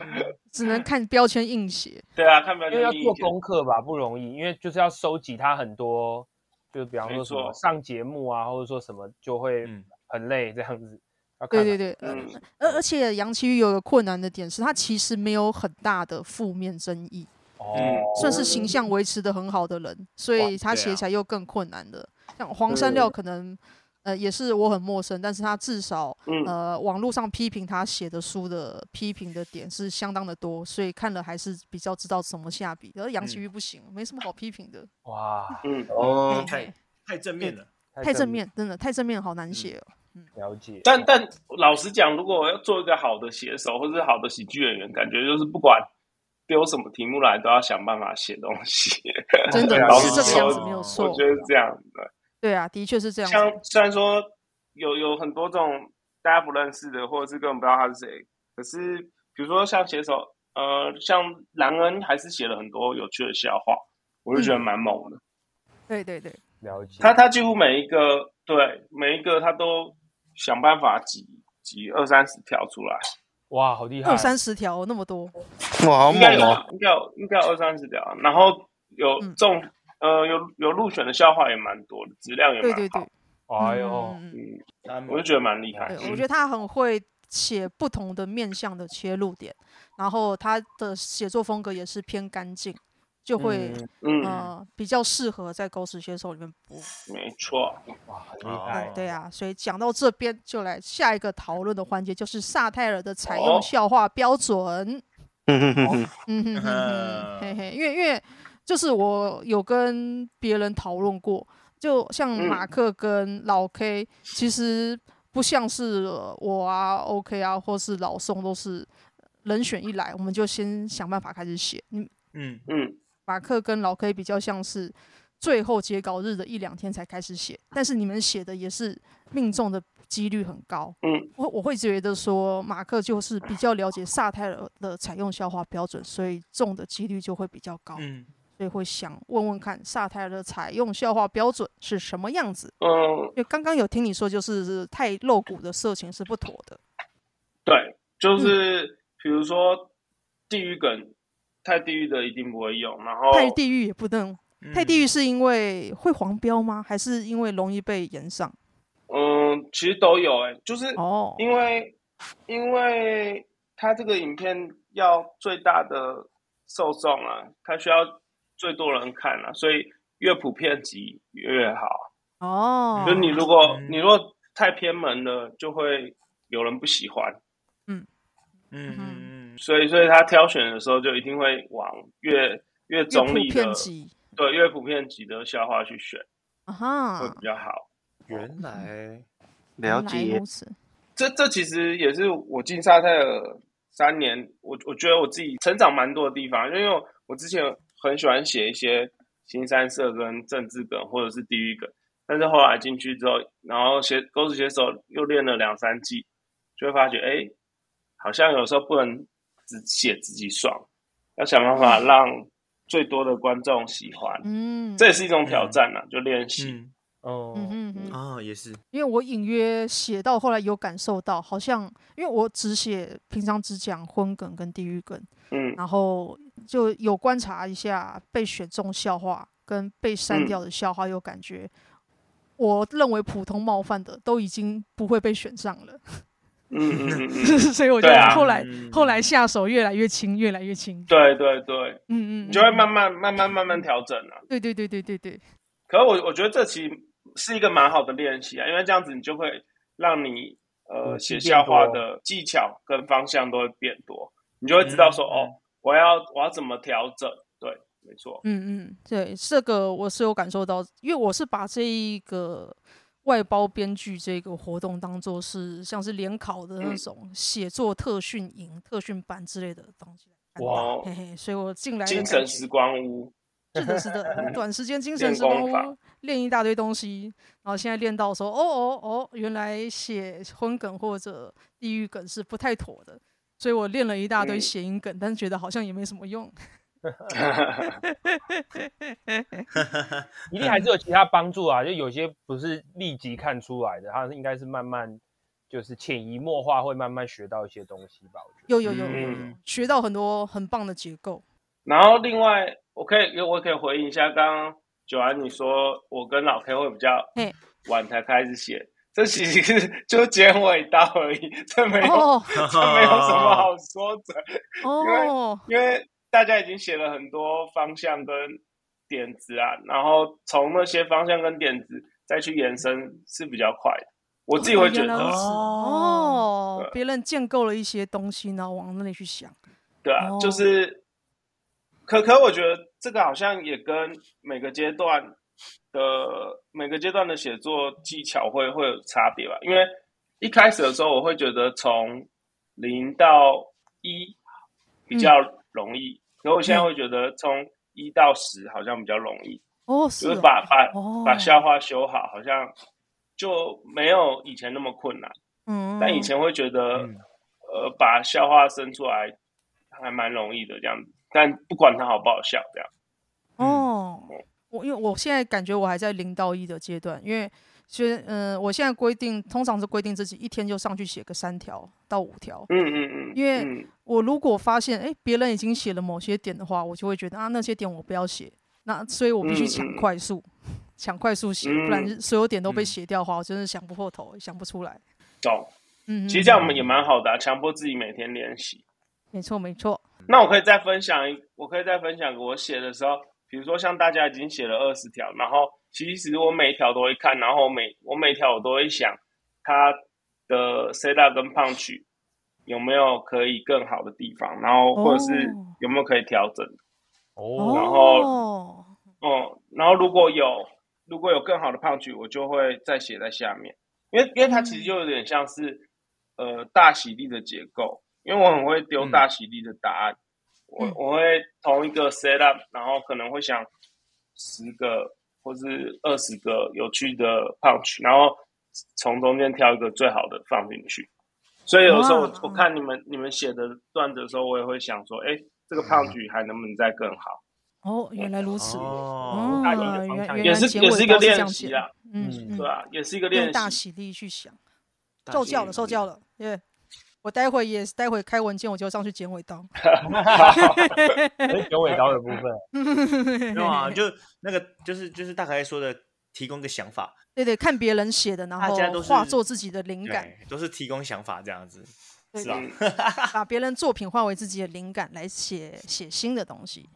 [SPEAKER 1] 只
[SPEAKER 6] 嗯
[SPEAKER 1] 能看标签硬写。
[SPEAKER 3] 对啊，看不
[SPEAKER 2] 因为要
[SPEAKER 3] 到你
[SPEAKER 2] 做功课吧，不容易，因为就是要收集他很多，就比方说什
[SPEAKER 3] 没
[SPEAKER 2] 么
[SPEAKER 3] 错
[SPEAKER 2] 上节目啊，或者说什么就会
[SPEAKER 5] 嗯
[SPEAKER 2] 很累这样子。要看
[SPEAKER 1] 对对
[SPEAKER 2] 啊
[SPEAKER 1] 对，呃
[SPEAKER 3] 嗯，
[SPEAKER 1] 而而且杨奇煜有一个困难的点是，他其实没有很大的负面争议，
[SPEAKER 3] 嗯
[SPEAKER 2] 哦，
[SPEAKER 1] 算是形象维持的很好的人，所以他
[SPEAKER 5] 对啊
[SPEAKER 1] 写起来又更困难的。像黄山
[SPEAKER 3] 嗯
[SPEAKER 1] 料可能，呃，也是我很陌生，但是他至少
[SPEAKER 3] 嗯
[SPEAKER 1] 呃，网络上批评他写的书的批评的点是相当的多，所以看了还是比较知道怎么下笔。而杨奇煜不行，没什么好批评的，
[SPEAKER 2] 哇，
[SPEAKER 3] 嗯，
[SPEAKER 6] 哦
[SPEAKER 1] 嘿，
[SPEAKER 5] 太
[SPEAKER 1] 嘿
[SPEAKER 5] 太正面了，
[SPEAKER 1] 太正，面，真的太正面，好
[SPEAKER 3] 嗯
[SPEAKER 1] 难写哦。
[SPEAKER 2] 了解。
[SPEAKER 3] 但但老实讲，如果我要做一个好的写手或者是好的喜剧演员，感觉就是不管丢什么题目来，都要想办法写东西。
[SPEAKER 1] 真的
[SPEAKER 3] 对啊
[SPEAKER 1] 是
[SPEAKER 3] 老
[SPEAKER 1] 这
[SPEAKER 3] 实
[SPEAKER 1] 个样子，
[SPEAKER 3] 说
[SPEAKER 1] 没有错
[SPEAKER 3] 我。觉得是这样的。
[SPEAKER 1] 对啊，的确是这样子。
[SPEAKER 3] 像虽然说有有很多这种大家不认识的，或者是根本不知道他是谁，可是比如说像写手，呃，像兰恩还是写了很多有趣的笑话，我就觉得蛮猛
[SPEAKER 1] 嗯
[SPEAKER 3] 的。
[SPEAKER 1] 对对对，
[SPEAKER 2] 了解。
[SPEAKER 3] 他他几乎每一个对每一个他都想办法挤挤二三十条出来，
[SPEAKER 2] 哇，好厉害！
[SPEAKER 1] 二三十条那么多，
[SPEAKER 6] 哇，好
[SPEAKER 3] 应
[SPEAKER 6] 猛
[SPEAKER 3] 该有
[SPEAKER 6] 哦！
[SPEAKER 3] 应该有应该有二三十条，然后有
[SPEAKER 1] 嗯
[SPEAKER 3] 中、呃有有入选的笑话也蛮多的，质量也
[SPEAKER 1] 对
[SPEAKER 3] 蛮好。哎
[SPEAKER 1] 对对，
[SPEAKER 2] 哎
[SPEAKER 1] 嗯
[SPEAKER 2] 呦，
[SPEAKER 1] 嗯嗯
[SPEAKER 3] 嗯，
[SPEAKER 5] 他们
[SPEAKER 3] 我就觉得蛮厉害。
[SPEAKER 1] 对，我觉得他很会写不同的面向的切入点，然后他的写作风格也是偏干净，就会、
[SPEAKER 3] 嗯，
[SPEAKER 1] 呃比较适合在狗屎写手里面播。
[SPEAKER 3] 没错。
[SPEAKER 2] 哇，很厉
[SPEAKER 3] 哦
[SPEAKER 2] 害。
[SPEAKER 1] 对啊，所以讲到这边就来下一个讨论的环节，就是萨泰尔的采
[SPEAKER 3] 哦
[SPEAKER 1] 用笑话标准。
[SPEAKER 6] 哼哼哼哼
[SPEAKER 1] 嗯哼哼哼，
[SPEAKER 5] 嗯
[SPEAKER 1] 嘿嘿，因为因为就是我有跟别人讨论过，就像
[SPEAKER 3] 嗯
[SPEAKER 1] 马克跟老 K，、其实不像是呃我啊、OK 啊，或是老宋都是呃人选一来，我们就先想办法开始写。嗯，
[SPEAKER 5] 嗯
[SPEAKER 3] 嗯
[SPEAKER 1] 马克跟老 K 比较像是最后截稿日的一两天才开始写，但是你们写的也是命中的几率很高。
[SPEAKER 3] 嗯，
[SPEAKER 1] 我我会觉得说马克就是比较了解萨泰尔的采用消化标准，所以中的几率就会比较高，
[SPEAKER 5] 嗯，
[SPEAKER 1] 所以会想问问看萨泰尔的采用消化标准是什么样子。
[SPEAKER 3] 嗯，
[SPEAKER 1] 因为刚刚有听你说，就是太露骨的色情是不妥的。
[SPEAKER 3] 对，
[SPEAKER 1] 嗯
[SPEAKER 3] 就是比如说地狱梗，太地狱的一定不会用，然后
[SPEAKER 1] 太地狱也不能，
[SPEAKER 5] 嗯
[SPEAKER 1] 太地狱是因为会黄标吗？还是因为容易被延上？
[SPEAKER 3] 嗯，其实都有哎、就是
[SPEAKER 1] 哦，
[SPEAKER 3] 因为因为他这个影片要最大的受众啊，他需要最多人看啊，所以越普遍级越好。
[SPEAKER 1] 哦，
[SPEAKER 3] 就你如果
[SPEAKER 5] 嗯
[SPEAKER 3] 你如果太偏门了，就会有人不喜欢，
[SPEAKER 5] 嗯嗯嗯
[SPEAKER 3] 所以所以他挑选的时候就一定会往越越
[SPEAKER 1] 越
[SPEAKER 3] 中
[SPEAKER 1] 普
[SPEAKER 3] 立的
[SPEAKER 1] 遍级
[SPEAKER 3] 对越普遍级的笑话去选
[SPEAKER 1] 啊
[SPEAKER 3] 会
[SPEAKER 1] 哈
[SPEAKER 3] 比，较好。
[SPEAKER 5] 原来
[SPEAKER 6] 了
[SPEAKER 1] 原来
[SPEAKER 6] 解
[SPEAKER 1] 如，此，
[SPEAKER 3] 这这其实也是我进沙泰尔三年，我我觉得我自己成长蛮多的地方，因为我我之前很喜欢写一些新三色跟政治梗或者是地域梗，但是后来进去之后，然后写狗屎写手又练了两三季，就会发觉哎，好像有时候不能只写自己爽，要想办法让最多的观众喜欢，
[SPEAKER 1] 嗯，
[SPEAKER 3] 这也是一种挑战呐、啊就练习。
[SPEAKER 5] 嗯
[SPEAKER 2] 哦，
[SPEAKER 1] 嗯哼哼，
[SPEAKER 5] 哦也是
[SPEAKER 1] 因为我隐约写到后来有感受到，好像因为我只写平常只讲荤梗跟地狱梗，
[SPEAKER 3] 嗯
[SPEAKER 1] 然后就有观察一下被选中笑话跟被删
[SPEAKER 3] 嗯
[SPEAKER 1] 掉的笑话，有感觉。我认为普通冒犯的都已经不会被选上了，
[SPEAKER 3] 嗯嗯嗯嗯，
[SPEAKER 1] 所以我就
[SPEAKER 3] 对啊
[SPEAKER 1] 后来、
[SPEAKER 5] 嗯
[SPEAKER 1] 后来下手越来越轻，越来越轻。
[SPEAKER 3] 对对对，
[SPEAKER 1] 嗯嗯，
[SPEAKER 3] 你就会
[SPEAKER 1] 嗯
[SPEAKER 3] 慢慢慢慢慢慢调整啊。
[SPEAKER 1] 对对对对对对，
[SPEAKER 3] 可是我我觉得这其实是一个蛮好的练习啊，因为这样子你就会让你呃
[SPEAKER 2] 嗯
[SPEAKER 3] 写
[SPEAKER 2] 变
[SPEAKER 3] 笑话
[SPEAKER 2] 多
[SPEAKER 3] 的技巧跟方向都会变多，你就会知道说、
[SPEAKER 5] 嗯
[SPEAKER 3] 哦，我要我要怎么调整。对，没错。
[SPEAKER 1] 嗯嗯，对，这个我是有感受到，因为我是把这一个外包编剧这个活动当做是像是联考的那
[SPEAKER 3] 嗯
[SPEAKER 1] 种写作特训营、特训班之类的东西来看
[SPEAKER 2] 哇
[SPEAKER 1] 待
[SPEAKER 3] 哦
[SPEAKER 1] 嘿嘿，所以我进来的
[SPEAKER 3] 精
[SPEAKER 1] 感
[SPEAKER 3] 神
[SPEAKER 1] 觉
[SPEAKER 3] 时光屋，
[SPEAKER 1] 是的，是的，短时间精神
[SPEAKER 3] 练
[SPEAKER 1] 时光
[SPEAKER 3] 功法
[SPEAKER 1] 屋练一大堆东西，然后现在练到说，哦哦哦，原来写荤梗或者地狱梗是不太妥的，所以我练了一大堆
[SPEAKER 3] 嗯
[SPEAKER 1] 谐音梗，但是觉得好像也没什么用。
[SPEAKER 2] 一定还是有其他帮助啊。就有些不是立即看出来的，它应该是慢慢就是潜移默化，会慢慢学到一些东西吧。我觉得。
[SPEAKER 1] 有有有有有
[SPEAKER 3] 嗯
[SPEAKER 1] 学到很多很棒的结构。
[SPEAKER 3] 然后另外，我可以我可以回应一下刚刚九安你说，我跟老 K 会比较
[SPEAKER 1] 嘿
[SPEAKER 3] 晚才开始写，这其实是 就剪尾刀而已，这没有、
[SPEAKER 1] 哦
[SPEAKER 3] 这没有什么好说的，
[SPEAKER 1] 哦，
[SPEAKER 3] 因为大家已经写了很多方向跟点子啊，然后从那些方向跟点子再去延伸是比较快的，我自己会觉
[SPEAKER 1] 哦原来
[SPEAKER 3] 得，
[SPEAKER 1] 如此
[SPEAKER 5] 哦
[SPEAKER 1] 哦，别人建构了一些东西，然后往那里去想。
[SPEAKER 3] 对啊，
[SPEAKER 1] 哦
[SPEAKER 3] 就是，可可，我觉得这个好像也跟每个阶段的每个阶段的写作技巧会会有差别吧。因为一开始的时候，我会觉得从零到一比较
[SPEAKER 1] 嗯
[SPEAKER 3] 容易，可我现在会觉得从一到十好像比较容易，
[SPEAKER 1] 哦，是
[SPEAKER 3] 就是
[SPEAKER 1] 哦
[SPEAKER 3] 把把
[SPEAKER 1] 哦
[SPEAKER 3] 把笑话修好，好像就没有以前那么困难。
[SPEAKER 1] 嗯，
[SPEAKER 3] 但以前会觉得，
[SPEAKER 5] 嗯
[SPEAKER 3] 呃，把笑话生出来还蛮容易的这样子，但不管它好不好笑这样。
[SPEAKER 1] 哦，我因为我现在感觉我还在零到一的阶段，因为其实嗯，我现在规定通常是规定自己一天就上去写个三条到五条。
[SPEAKER 3] 嗯嗯嗯，
[SPEAKER 1] 因为
[SPEAKER 3] 嗯
[SPEAKER 1] 我如果发现哎别人已经写了某些点的话，我就会觉得啊那些点我不要写，那所以我必须抢
[SPEAKER 3] 嗯嗯嗯
[SPEAKER 1] 快速，抢快速写，不然
[SPEAKER 3] 嗯
[SPEAKER 1] 所有点都被
[SPEAKER 5] 嗯
[SPEAKER 1] 写掉的话，我真是想不破头，想不出来。
[SPEAKER 3] 懂。
[SPEAKER 1] 嗯，
[SPEAKER 3] 其实这样我们也蛮好的、啊，强迫自己每天练习。
[SPEAKER 1] 没错没错，
[SPEAKER 3] 那我可以再分享一，我可以再分享我写的时候，比如说像大家已经写了二十条，然后其实我每一条都会看，然后每我每一条我都会想它的 set up 跟 punch 有没有可以更好的地方，然后或者是
[SPEAKER 1] 哦
[SPEAKER 3] 有没有可以调整。
[SPEAKER 2] 哦，
[SPEAKER 3] 然
[SPEAKER 1] 哦，
[SPEAKER 3] 哦，然后如果有如果有更好的胖举，我就会再写在下面，因为因为它其实就有点像是呃大喜力的结构，因为我很会丢
[SPEAKER 5] 嗯
[SPEAKER 3] 大喜力的答案，
[SPEAKER 1] 嗯
[SPEAKER 3] 我我会同一个 set up，然后可能会想十个或是二十个有趣的胖举，然后从中间挑一个最好的放进去。所以有时候我
[SPEAKER 1] 哇
[SPEAKER 3] 我看你们你们写的段子的时候，我也会想说，哎，这个
[SPEAKER 1] 嗯
[SPEAKER 3] 胖举还能不能再更好？
[SPEAKER 1] 哦，原来如此。哦，
[SPEAKER 5] 哦，
[SPEAKER 2] 大有的方
[SPEAKER 1] 原
[SPEAKER 2] 向
[SPEAKER 1] 原
[SPEAKER 3] 也
[SPEAKER 1] 来
[SPEAKER 3] 是
[SPEAKER 1] 结
[SPEAKER 3] 也
[SPEAKER 1] 尾
[SPEAKER 3] 是一
[SPEAKER 1] 刀
[SPEAKER 3] 个
[SPEAKER 1] 这样
[SPEAKER 3] 练
[SPEAKER 1] 写
[SPEAKER 3] 习
[SPEAKER 1] 的
[SPEAKER 3] 啊，
[SPEAKER 1] 嗯
[SPEAKER 5] 嗯
[SPEAKER 1] 嗯
[SPEAKER 3] 对，吧、也是一个
[SPEAKER 1] 用
[SPEAKER 3] 练
[SPEAKER 1] 大喜
[SPEAKER 3] 习。
[SPEAKER 1] 力去想。
[SPEAKER 5] 大
[SPEAKER 1] 受
[SPEAKER 5] 喜
[SPEAKER 1] 教了，受教了，耶、我待会也待会开文件，我就上去剪尾刀。
[SPEAKER 2] 这哦是九尾刀的部分。
[SPEAKER 5] 没有啊，就那个就是就是大概说的，提供个想法，
[SPEAKER 1] 对对，看别人写的，然
[SPEAKER 5] 大家
[SPEAKER 1] 后
[SPEAKER 5] 都是
[SPEAKER 1] 化作自己的灵感，
[SPEAKER 5] 对，都是提供想法这样子，
[SPEAKER 1] 对
[SPEAKER 5] 是吧？
[SPEAKER 1] 把别人作品化为自己的灵感来写写新的东西。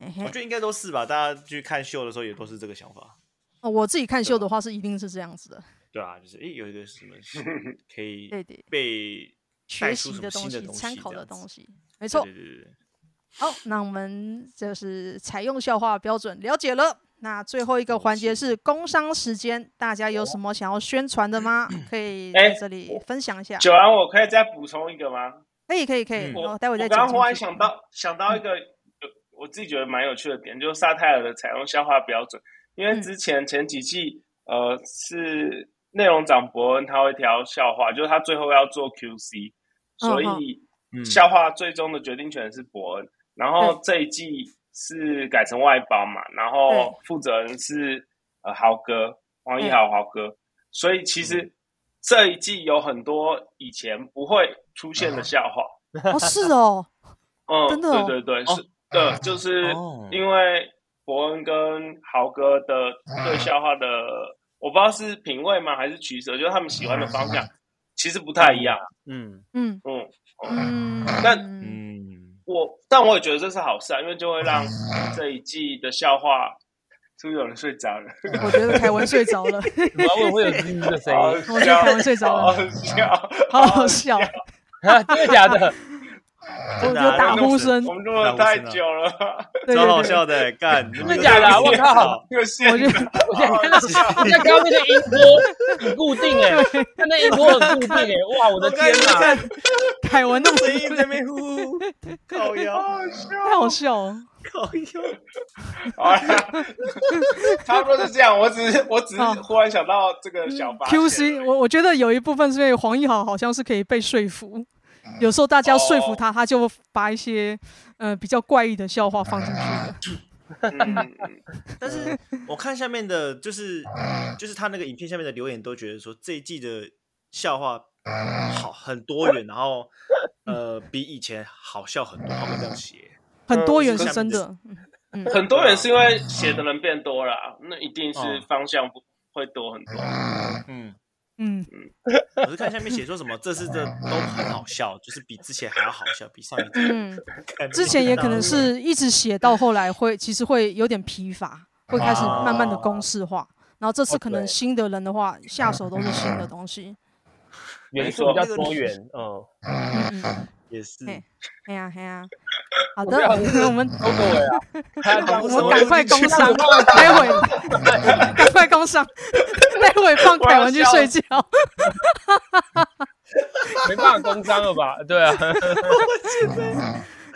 [SPEAKER 1] 嘿
[SPEAKER 5] 我
[SPEAKER 1] 嘿
[SPEAKER 5] 觉得应该都是吧，大家去看秀的时候也都是这个想法，
[SPEAKER 1] 哦，我自己看秀
[SPEAKER 5] 啊
[SPEAKER 1] 的话是一定是这样子的，
[SPEAKER 5] 对啊，就是诶，有一个什么 可以
[SPEAKER 1] 对对，
[SPEAKER 5] 被
[SPEAKER 1] 学
[SPEAKER 5] 带出
[SPEAKER 1] 习
[SPEAKER 5] 什
[SPEAKER 1] 东
[SPEAKER 5] 么新
[SPEAKER 1] 西、
[SPEAKER 5] 东西，
[SPEAKER 1] 参考的
[SPEAKER 5] 这样
[SPEAKER 1] 东
[SPEAKER 5] 子，
[SPEAKER 1] 西，没
[SPEAKER 5] 没
[SPEAKER 1] 错
[SPEAKER 5] 对。对对对，
[SPEAKER 1] 好，那我们就是采用笑话标准了解了。那最后一个环节是工商时间，大家
[SPEAKER 5] 哦
[SPEAKER 1] 有什么想要宣传的吗？ 可以在
[SPEAKER 3] 哎
[SPEAKER 1] 这里分享一下。
[SPEAKER 3] 九安，我可以再补充一个吗？
[SPEAKER 1] 可以可以可以，
[SPEAKER 5] 嗯
[SPEAKER 1] 然
[SPEAKER 3] 我
[SPEAKER 1] 后哦待会再
[SPEAKER 3] 我
[SPEAKER 1] 讲进
[SPEAKER 3] 刚刚
[SPEAKER 1] 去。
[SPEAKER 3] 忽然想
[SPEAKER 1] 嗯
[SPEAKER 3] 到想到一个，呃我自己觉得蛮有趣的点，就是沙泰尔的采用消化标准，因为
[SPEAKER 1] 嗯
[SPEAKER 3] 之前前几季呃是内容长伯恩他会挑笑话，就是他最后要做 QC，所
[SPEAKER 1] 嗯
[SPEAKER 3] 以
[SPEAKER 5] 嗯
[SPEAKER 3] 笑话最终的决定权是伯恩。然后这一季是改成外包嘛，然
[SPEAKER 1] 对
[SPEAKER 3] 后负责人是呃豪哥黄一豪豪哥，所以其
[SPEAKER 1] 嗯
[SPEAKER 3] 实这一季有很多以前不会出现的笑话。
[SPEAKER 1] 哦，是哦，
[SPEAKER 3] 嗯，
[SPEAKER 1] 啊真的哦
[SPEAKER 3] 对对对，
[SPEAKER 5] 哦
[SPEAKER 3] 是的，就是
[SPEAKER 5] 哦
[SPEAKER 3] 因为伯恩跟豪哥的对笑话的，
[SPEAKER 1] 啊
[SPEAKER 3] 我不知道是品味吗，还是取舍，就是他们喜欢的方
[SPEAKER 1] 啊
[SPEAKER 3] 向其实不太一样。
[SPEAKER 5] 嗯
[SPEAKER 1] 嗯
[SPEAKER 3] 嗯，嗯
[SPEAKER 1] 嗯，
[SPEAKER 3] 那
[SPEAKER 1] 嗯
[SPEAKER 5] 嗯，
[SPEAKER 3] 我但我也觉得这是好事啊，因为就会让这一季的笑话是不是有人睡着了？
[SPEAKER 1] 我觉得凯文睡着 了，
[SPEAKER 2] 怎么会会有吱吱的声
[SPEAKER 3] 好
[SPEAKER 2] 音？
[SPEAKER 1] 我觉得凯文睡着
[SPEAKER 3] 好
[SPEAKER 1] 了，
[SPEAKER 3] 好笑，
[SPEAKER 1] 好好笑，
[SPEAKER 2] 啊，真的 假的？
[SPEAKER 1] 我觉
[SPEAKER 5] 真的啊
[SPEAKER 1] 得打
[SPEAKER 5] 那种
[SPEAKER 1] 呼
[SPEAKER 5] 是
[SPEAKER 1] 声，
[SPEAKER 3] 我们录了太久了，
[SPEAKER 1] 对
[SPEAKER 5] 超
[SPEAKER 1] 对
[SPEAKER 5] 好
[SPEAKER 1] 对，
[SPEAKER 5] 笑的，干，真
[SPEAKER 2] 真的假的啊？我靠！
[SPEAKER 3] 又现
[SPEAKER 1] 我觉 得
[SPEAKER 2] 我想看到，我想看到那个音波很固定哎，看那音波很固定哎，哇，我的
[SPEAKER 5] 我
[SPEAKER 2] 天
[SPEAKER 5] 天
[SPEAKER 2] 哪！
[SPEAKER 5] 哪，
[SPEAKER 1] 凯文那么
[SPEAKER 5] 声音在那边呼，靠腰，
[SPEAKER 1] 太好笑哦了，
[SPEAKER 5] 靠腰，
[SPEAKER 3] 好了， 差不多是这样。我只是我只是
[SPEAKER 1] 好
[SPEAKER 3] 忽然想到这个小发现
[SPEAKER 1] QC，我我觉得有一部分是因为黄奕豪好像是可以被说服，有时候大家说服他，他就把一些呃比较怪异的笑话放进去了。
[SPEAKER 3] 嗯
[SPEAKER 5] 但是我看下面的，就是就是他那个影片下面的留言都觉得说这一季的笑话好很多元，然后呃比以前好笑很多，他们这样写。
[SPEAKER 1] 很多元
[SPEAKER 5] 是
[SPEAKER 1] 是
[SPEAKER 5] 下
[SPEAKER 1] 真
[SPEAKER 5] 面
[SPEAKER 1] 的，
[SPEAKER 3] 很多人是因为写的人变多了啊，那一定
[SPEAKER 2] 嗯
[SPEAKER 3] 是方向不会多很多。
[SPEAKER 5] 嗯，
[SPEAKER 1] 嗯，
[SPEAKER 5] 我是看下面写说什么，这次的都很好笑，就是比之前还要好笑，比上一季
[SPEAKER 1] 嗯， 之前也可能是一直写到后来会，其实会有点疲乏，会开始慢慢的公式化。然后这次可能新的人的话，下手都是新的东西。
[SPEAKER 2] 元素比较多元，嗯，
[SPEAKER 1] 嗯嗯，
[SPEAKER 5] 也是。
[SPEAKER 1] 嘿哎呀哎呀，好
[SPEAKER 2] 不
[SPEAKER 1] 的
[SPEAKER 2] 要，
[SPEAKER 1] 我们
[SPEAKER 2] 都各位啊，他
[SPEAKER 5] 我
[SPEAKER 1] 我
[SPEAKER 5] 什
[SPEAKER 1] 们
[SPEAKER 5] 么
[SPEAKER 1] 赶快
[SPEAKER 5] 进去
[SPEAKER 1] 工商，待会赶快工商，待会放凯文去睡觉。
[SPEAKER 2] 没办法工伤了吧？对啊，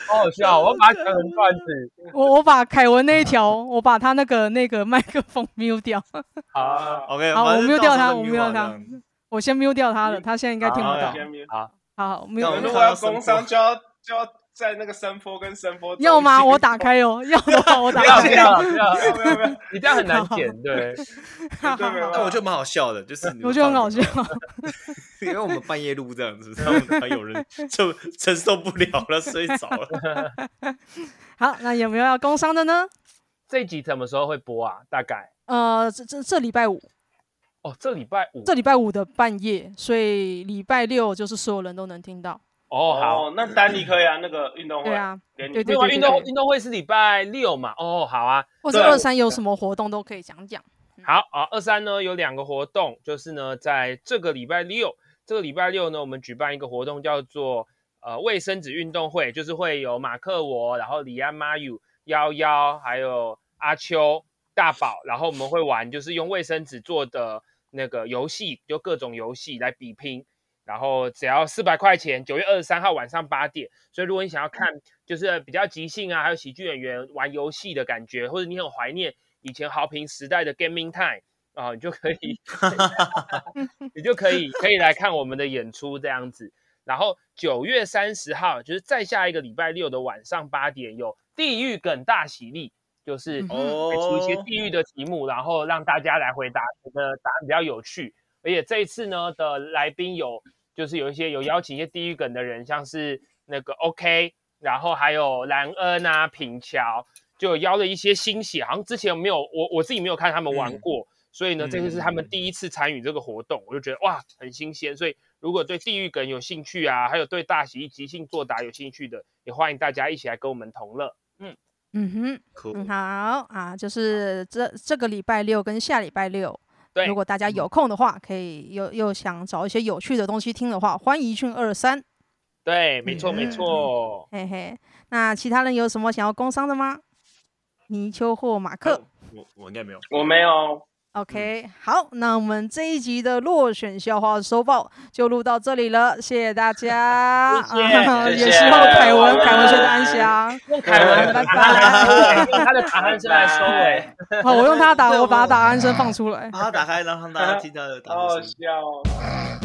[SPEAKER 2] 好好笑，我要把它讲成段子。
[SPEAKER 1] 我我把凯文那一条，我把他那个那个麦克风 mute 掉，
[SPEAKER 2] 好，
[SPEAKER 5] OK，
[SPEAKER 1] 好
[SPEAKER 5] 反正
[SPEAKER 1] 我 mute
[SPEAKER 5] 到
[SPEAKER 1] 掉
[SPEAKER 5] 时候
[SPEAKER 1] 他
[SPEAKER 5] 再
[SPEAKER 1] 我
[SPEAKER 5] mute
[SPEAKER 1] mute
[SPEAKER 5] 好
[SPEAKER 1] 他
[SPEAKER 5] 这样
[SPEAKER 1] 我先 mute 掉他了，他现在应该听不
[SPEAKER 2] 好
[SPEAKER 1] 到
[SPEAKER 2] 好。
[SPEAKER 1] 好好
[SPEAKER 3] 我
[SPEAKER 5] 那
[SPEAKER 1] ，mute
[SPEAKER 5] 我
[SPEAKER 3] 们如
[SPEAKER 5] 们
[SPEAKER 1] 掉
[SPEAKER 5] 就
[SPEAKER 3] 果
[SPEAKER 5] 看
[SPEAKER 3] 要
[SPEAKER 5] 到声
[SPEAKER 3] 工
[SPEAKER 5] 波
[SPEAKER 3] 商，就要就要在那个声波跟声波中
[SPEAKER 1] 要吗？
[SPEAKER 3] 去
[SPEAKER 1] 我打开哦，要的话我打
[SPEAKER 2] 不要不
[SPEAKER 1] 开。
[SPEAKER 2] 要不要，
[SPEAKER 3] 没有没 有没有
[SPEAKER 2] 你这样很难剪，对，
[SPEAKER 1] 好
[SPEAKER 3] 对没有
[SPEAKER 1] 好
[SPEAKER 3] 没
[SPEAKER 5] 但
[SPEAKER 3] 有
[SPEAKER 5] 我觉得蛮好笑的，就是你
[SPEAKER 1] 我
[SPEAKER 5] 们
[SPEAKER 1] 觉得很好
[SPEAKER 5] 放着
[SPEAKER 1] 笑，
[SPEAKER 5] 因为我们半夜录这样 子，然后还有人就承受不了了，睡着了。
[SPEAKER 1] 好，那有没有要工商的呢？
[SPEAKER 2] 这集什么时候会播啊？大概
[SPEAKER 1] 呃，这这这礼拜五，
[SPEAKER 2] 哦，这礼拜五
[SPEAKER 1] 这礼拜五的半夜，所以礼拜六就是所有人都能听到。
[SPEAKER 2] 哦，好，
[SPEAKER 3] 哦，那丹尼可以啊，那个运动会
[SPEAKER 1] 对啊，
[SPEAKER 3] 给你
[SPEAKER 1] 对对
[SPEAKER 2] 没有啊运动运动会是礼拜六嘛？哦，好啊，
[SPEAKER 1] 或者
[SPEAKER 3] 对
[SPEAKER 1] 二三有什么活动都可以讲讲。
[SPEAKER 2] 好啊，二三呢有两个活动，就是呢在这个礼拜六，这个礼拜六呢我们举办一个活动叫做呃卫生纸运动会，就是会有马克我，然后李安妈友、幺幺，还有阿秋、大宝，然后我们会玩就是用卫生纸做的那个游戏，就各种游戏来比拼。然后只要四百块钱，九月二十三号晚上八点。所以如果你想要看就是比较即兴啊，还有喜剧演员玩游戏的感觉，或者你很怀念以前豪平时代的 Gaming Time 啊、你就可以，你就可以可以来看我们的演出这样子。然后九月三十号，就是再下一个礼拜六的晚上八点，有地狱梗大喜力，就是
[SPEAKER 1] 嗯
[SPEAKER 2] 会 出一些
[SPEAKER 5] 哦，
[SPEAKER 2] 地域的题目，然后让大家来回答，觉得答案比较有趣。而且这一次呢的来宾有，就是有一些有邀请一些地域梗的人，像是那个 OK，然后还有兰恩啊、品乔，就有邀了一些新血，好像之前没有我我自己没有看他们玩
[SPEAKER 5] 嗯
[SPEAKER 2] 过，所以呢，这次是他们
[SPEAKER 5] 嗯
[SPEAKER 2] 第一次参与这个活动，我就觉得哇，很新鲜。所以如果对地域梗有兴趣啊，还有对大喜即兴作答有兴趣的，也欢迎大家一起来跟我们同乐。
[SPEAKER 1] 嗯哼，
[SPEAKER 5] 酷
[SPEAKER 1] 嗯好啊，就是这这个礼拜六跟下礼拜六，
[SPEAKER 2] 对
[SPEAKER 1] 如果大家有空的话，可以又又想找一些有趣的东西听的话，欢迎一群二三，
[SPEAKER 2] 对，没错，没
[SPEAKER 1] 嗯
[SPEAKER 2] 错。
[SPEAKER 1] 嘿嘿。那其他人有什么想要工商的吗？泥鳅或马克？
[SPEAKER 5] 我我应该没有。
[SPEAKER 3] 我没有，
[SPEAKER 1] OK，、好，那我们这一集的落选笑话收报就录到这里了，谢谢大家，啊
[SPEAKER 3] 谢谢
[SPEAKER 1] 也希望凯文，
[SPEAKER 3] 拜拜
[SPEAKER 1] 凯文睡得安详。
[SPEAKER 2] 用凯文的
[SPEAKER 1] 拜
[SPEAKER 2] 打鼾声
[SPEAKER 1] 拜
[SPEAKER 2] 来用他的打鼾声来收尾。
[SPEAKER 1] 好，我用他打，我把他打安声放出来。
[SPEAKER 5] 把它打开，然后让大家听到的打
[SPEAKER 3] 好好
[SPEAKER 5] 开声音。
[SPEAKER 3] 笑哦。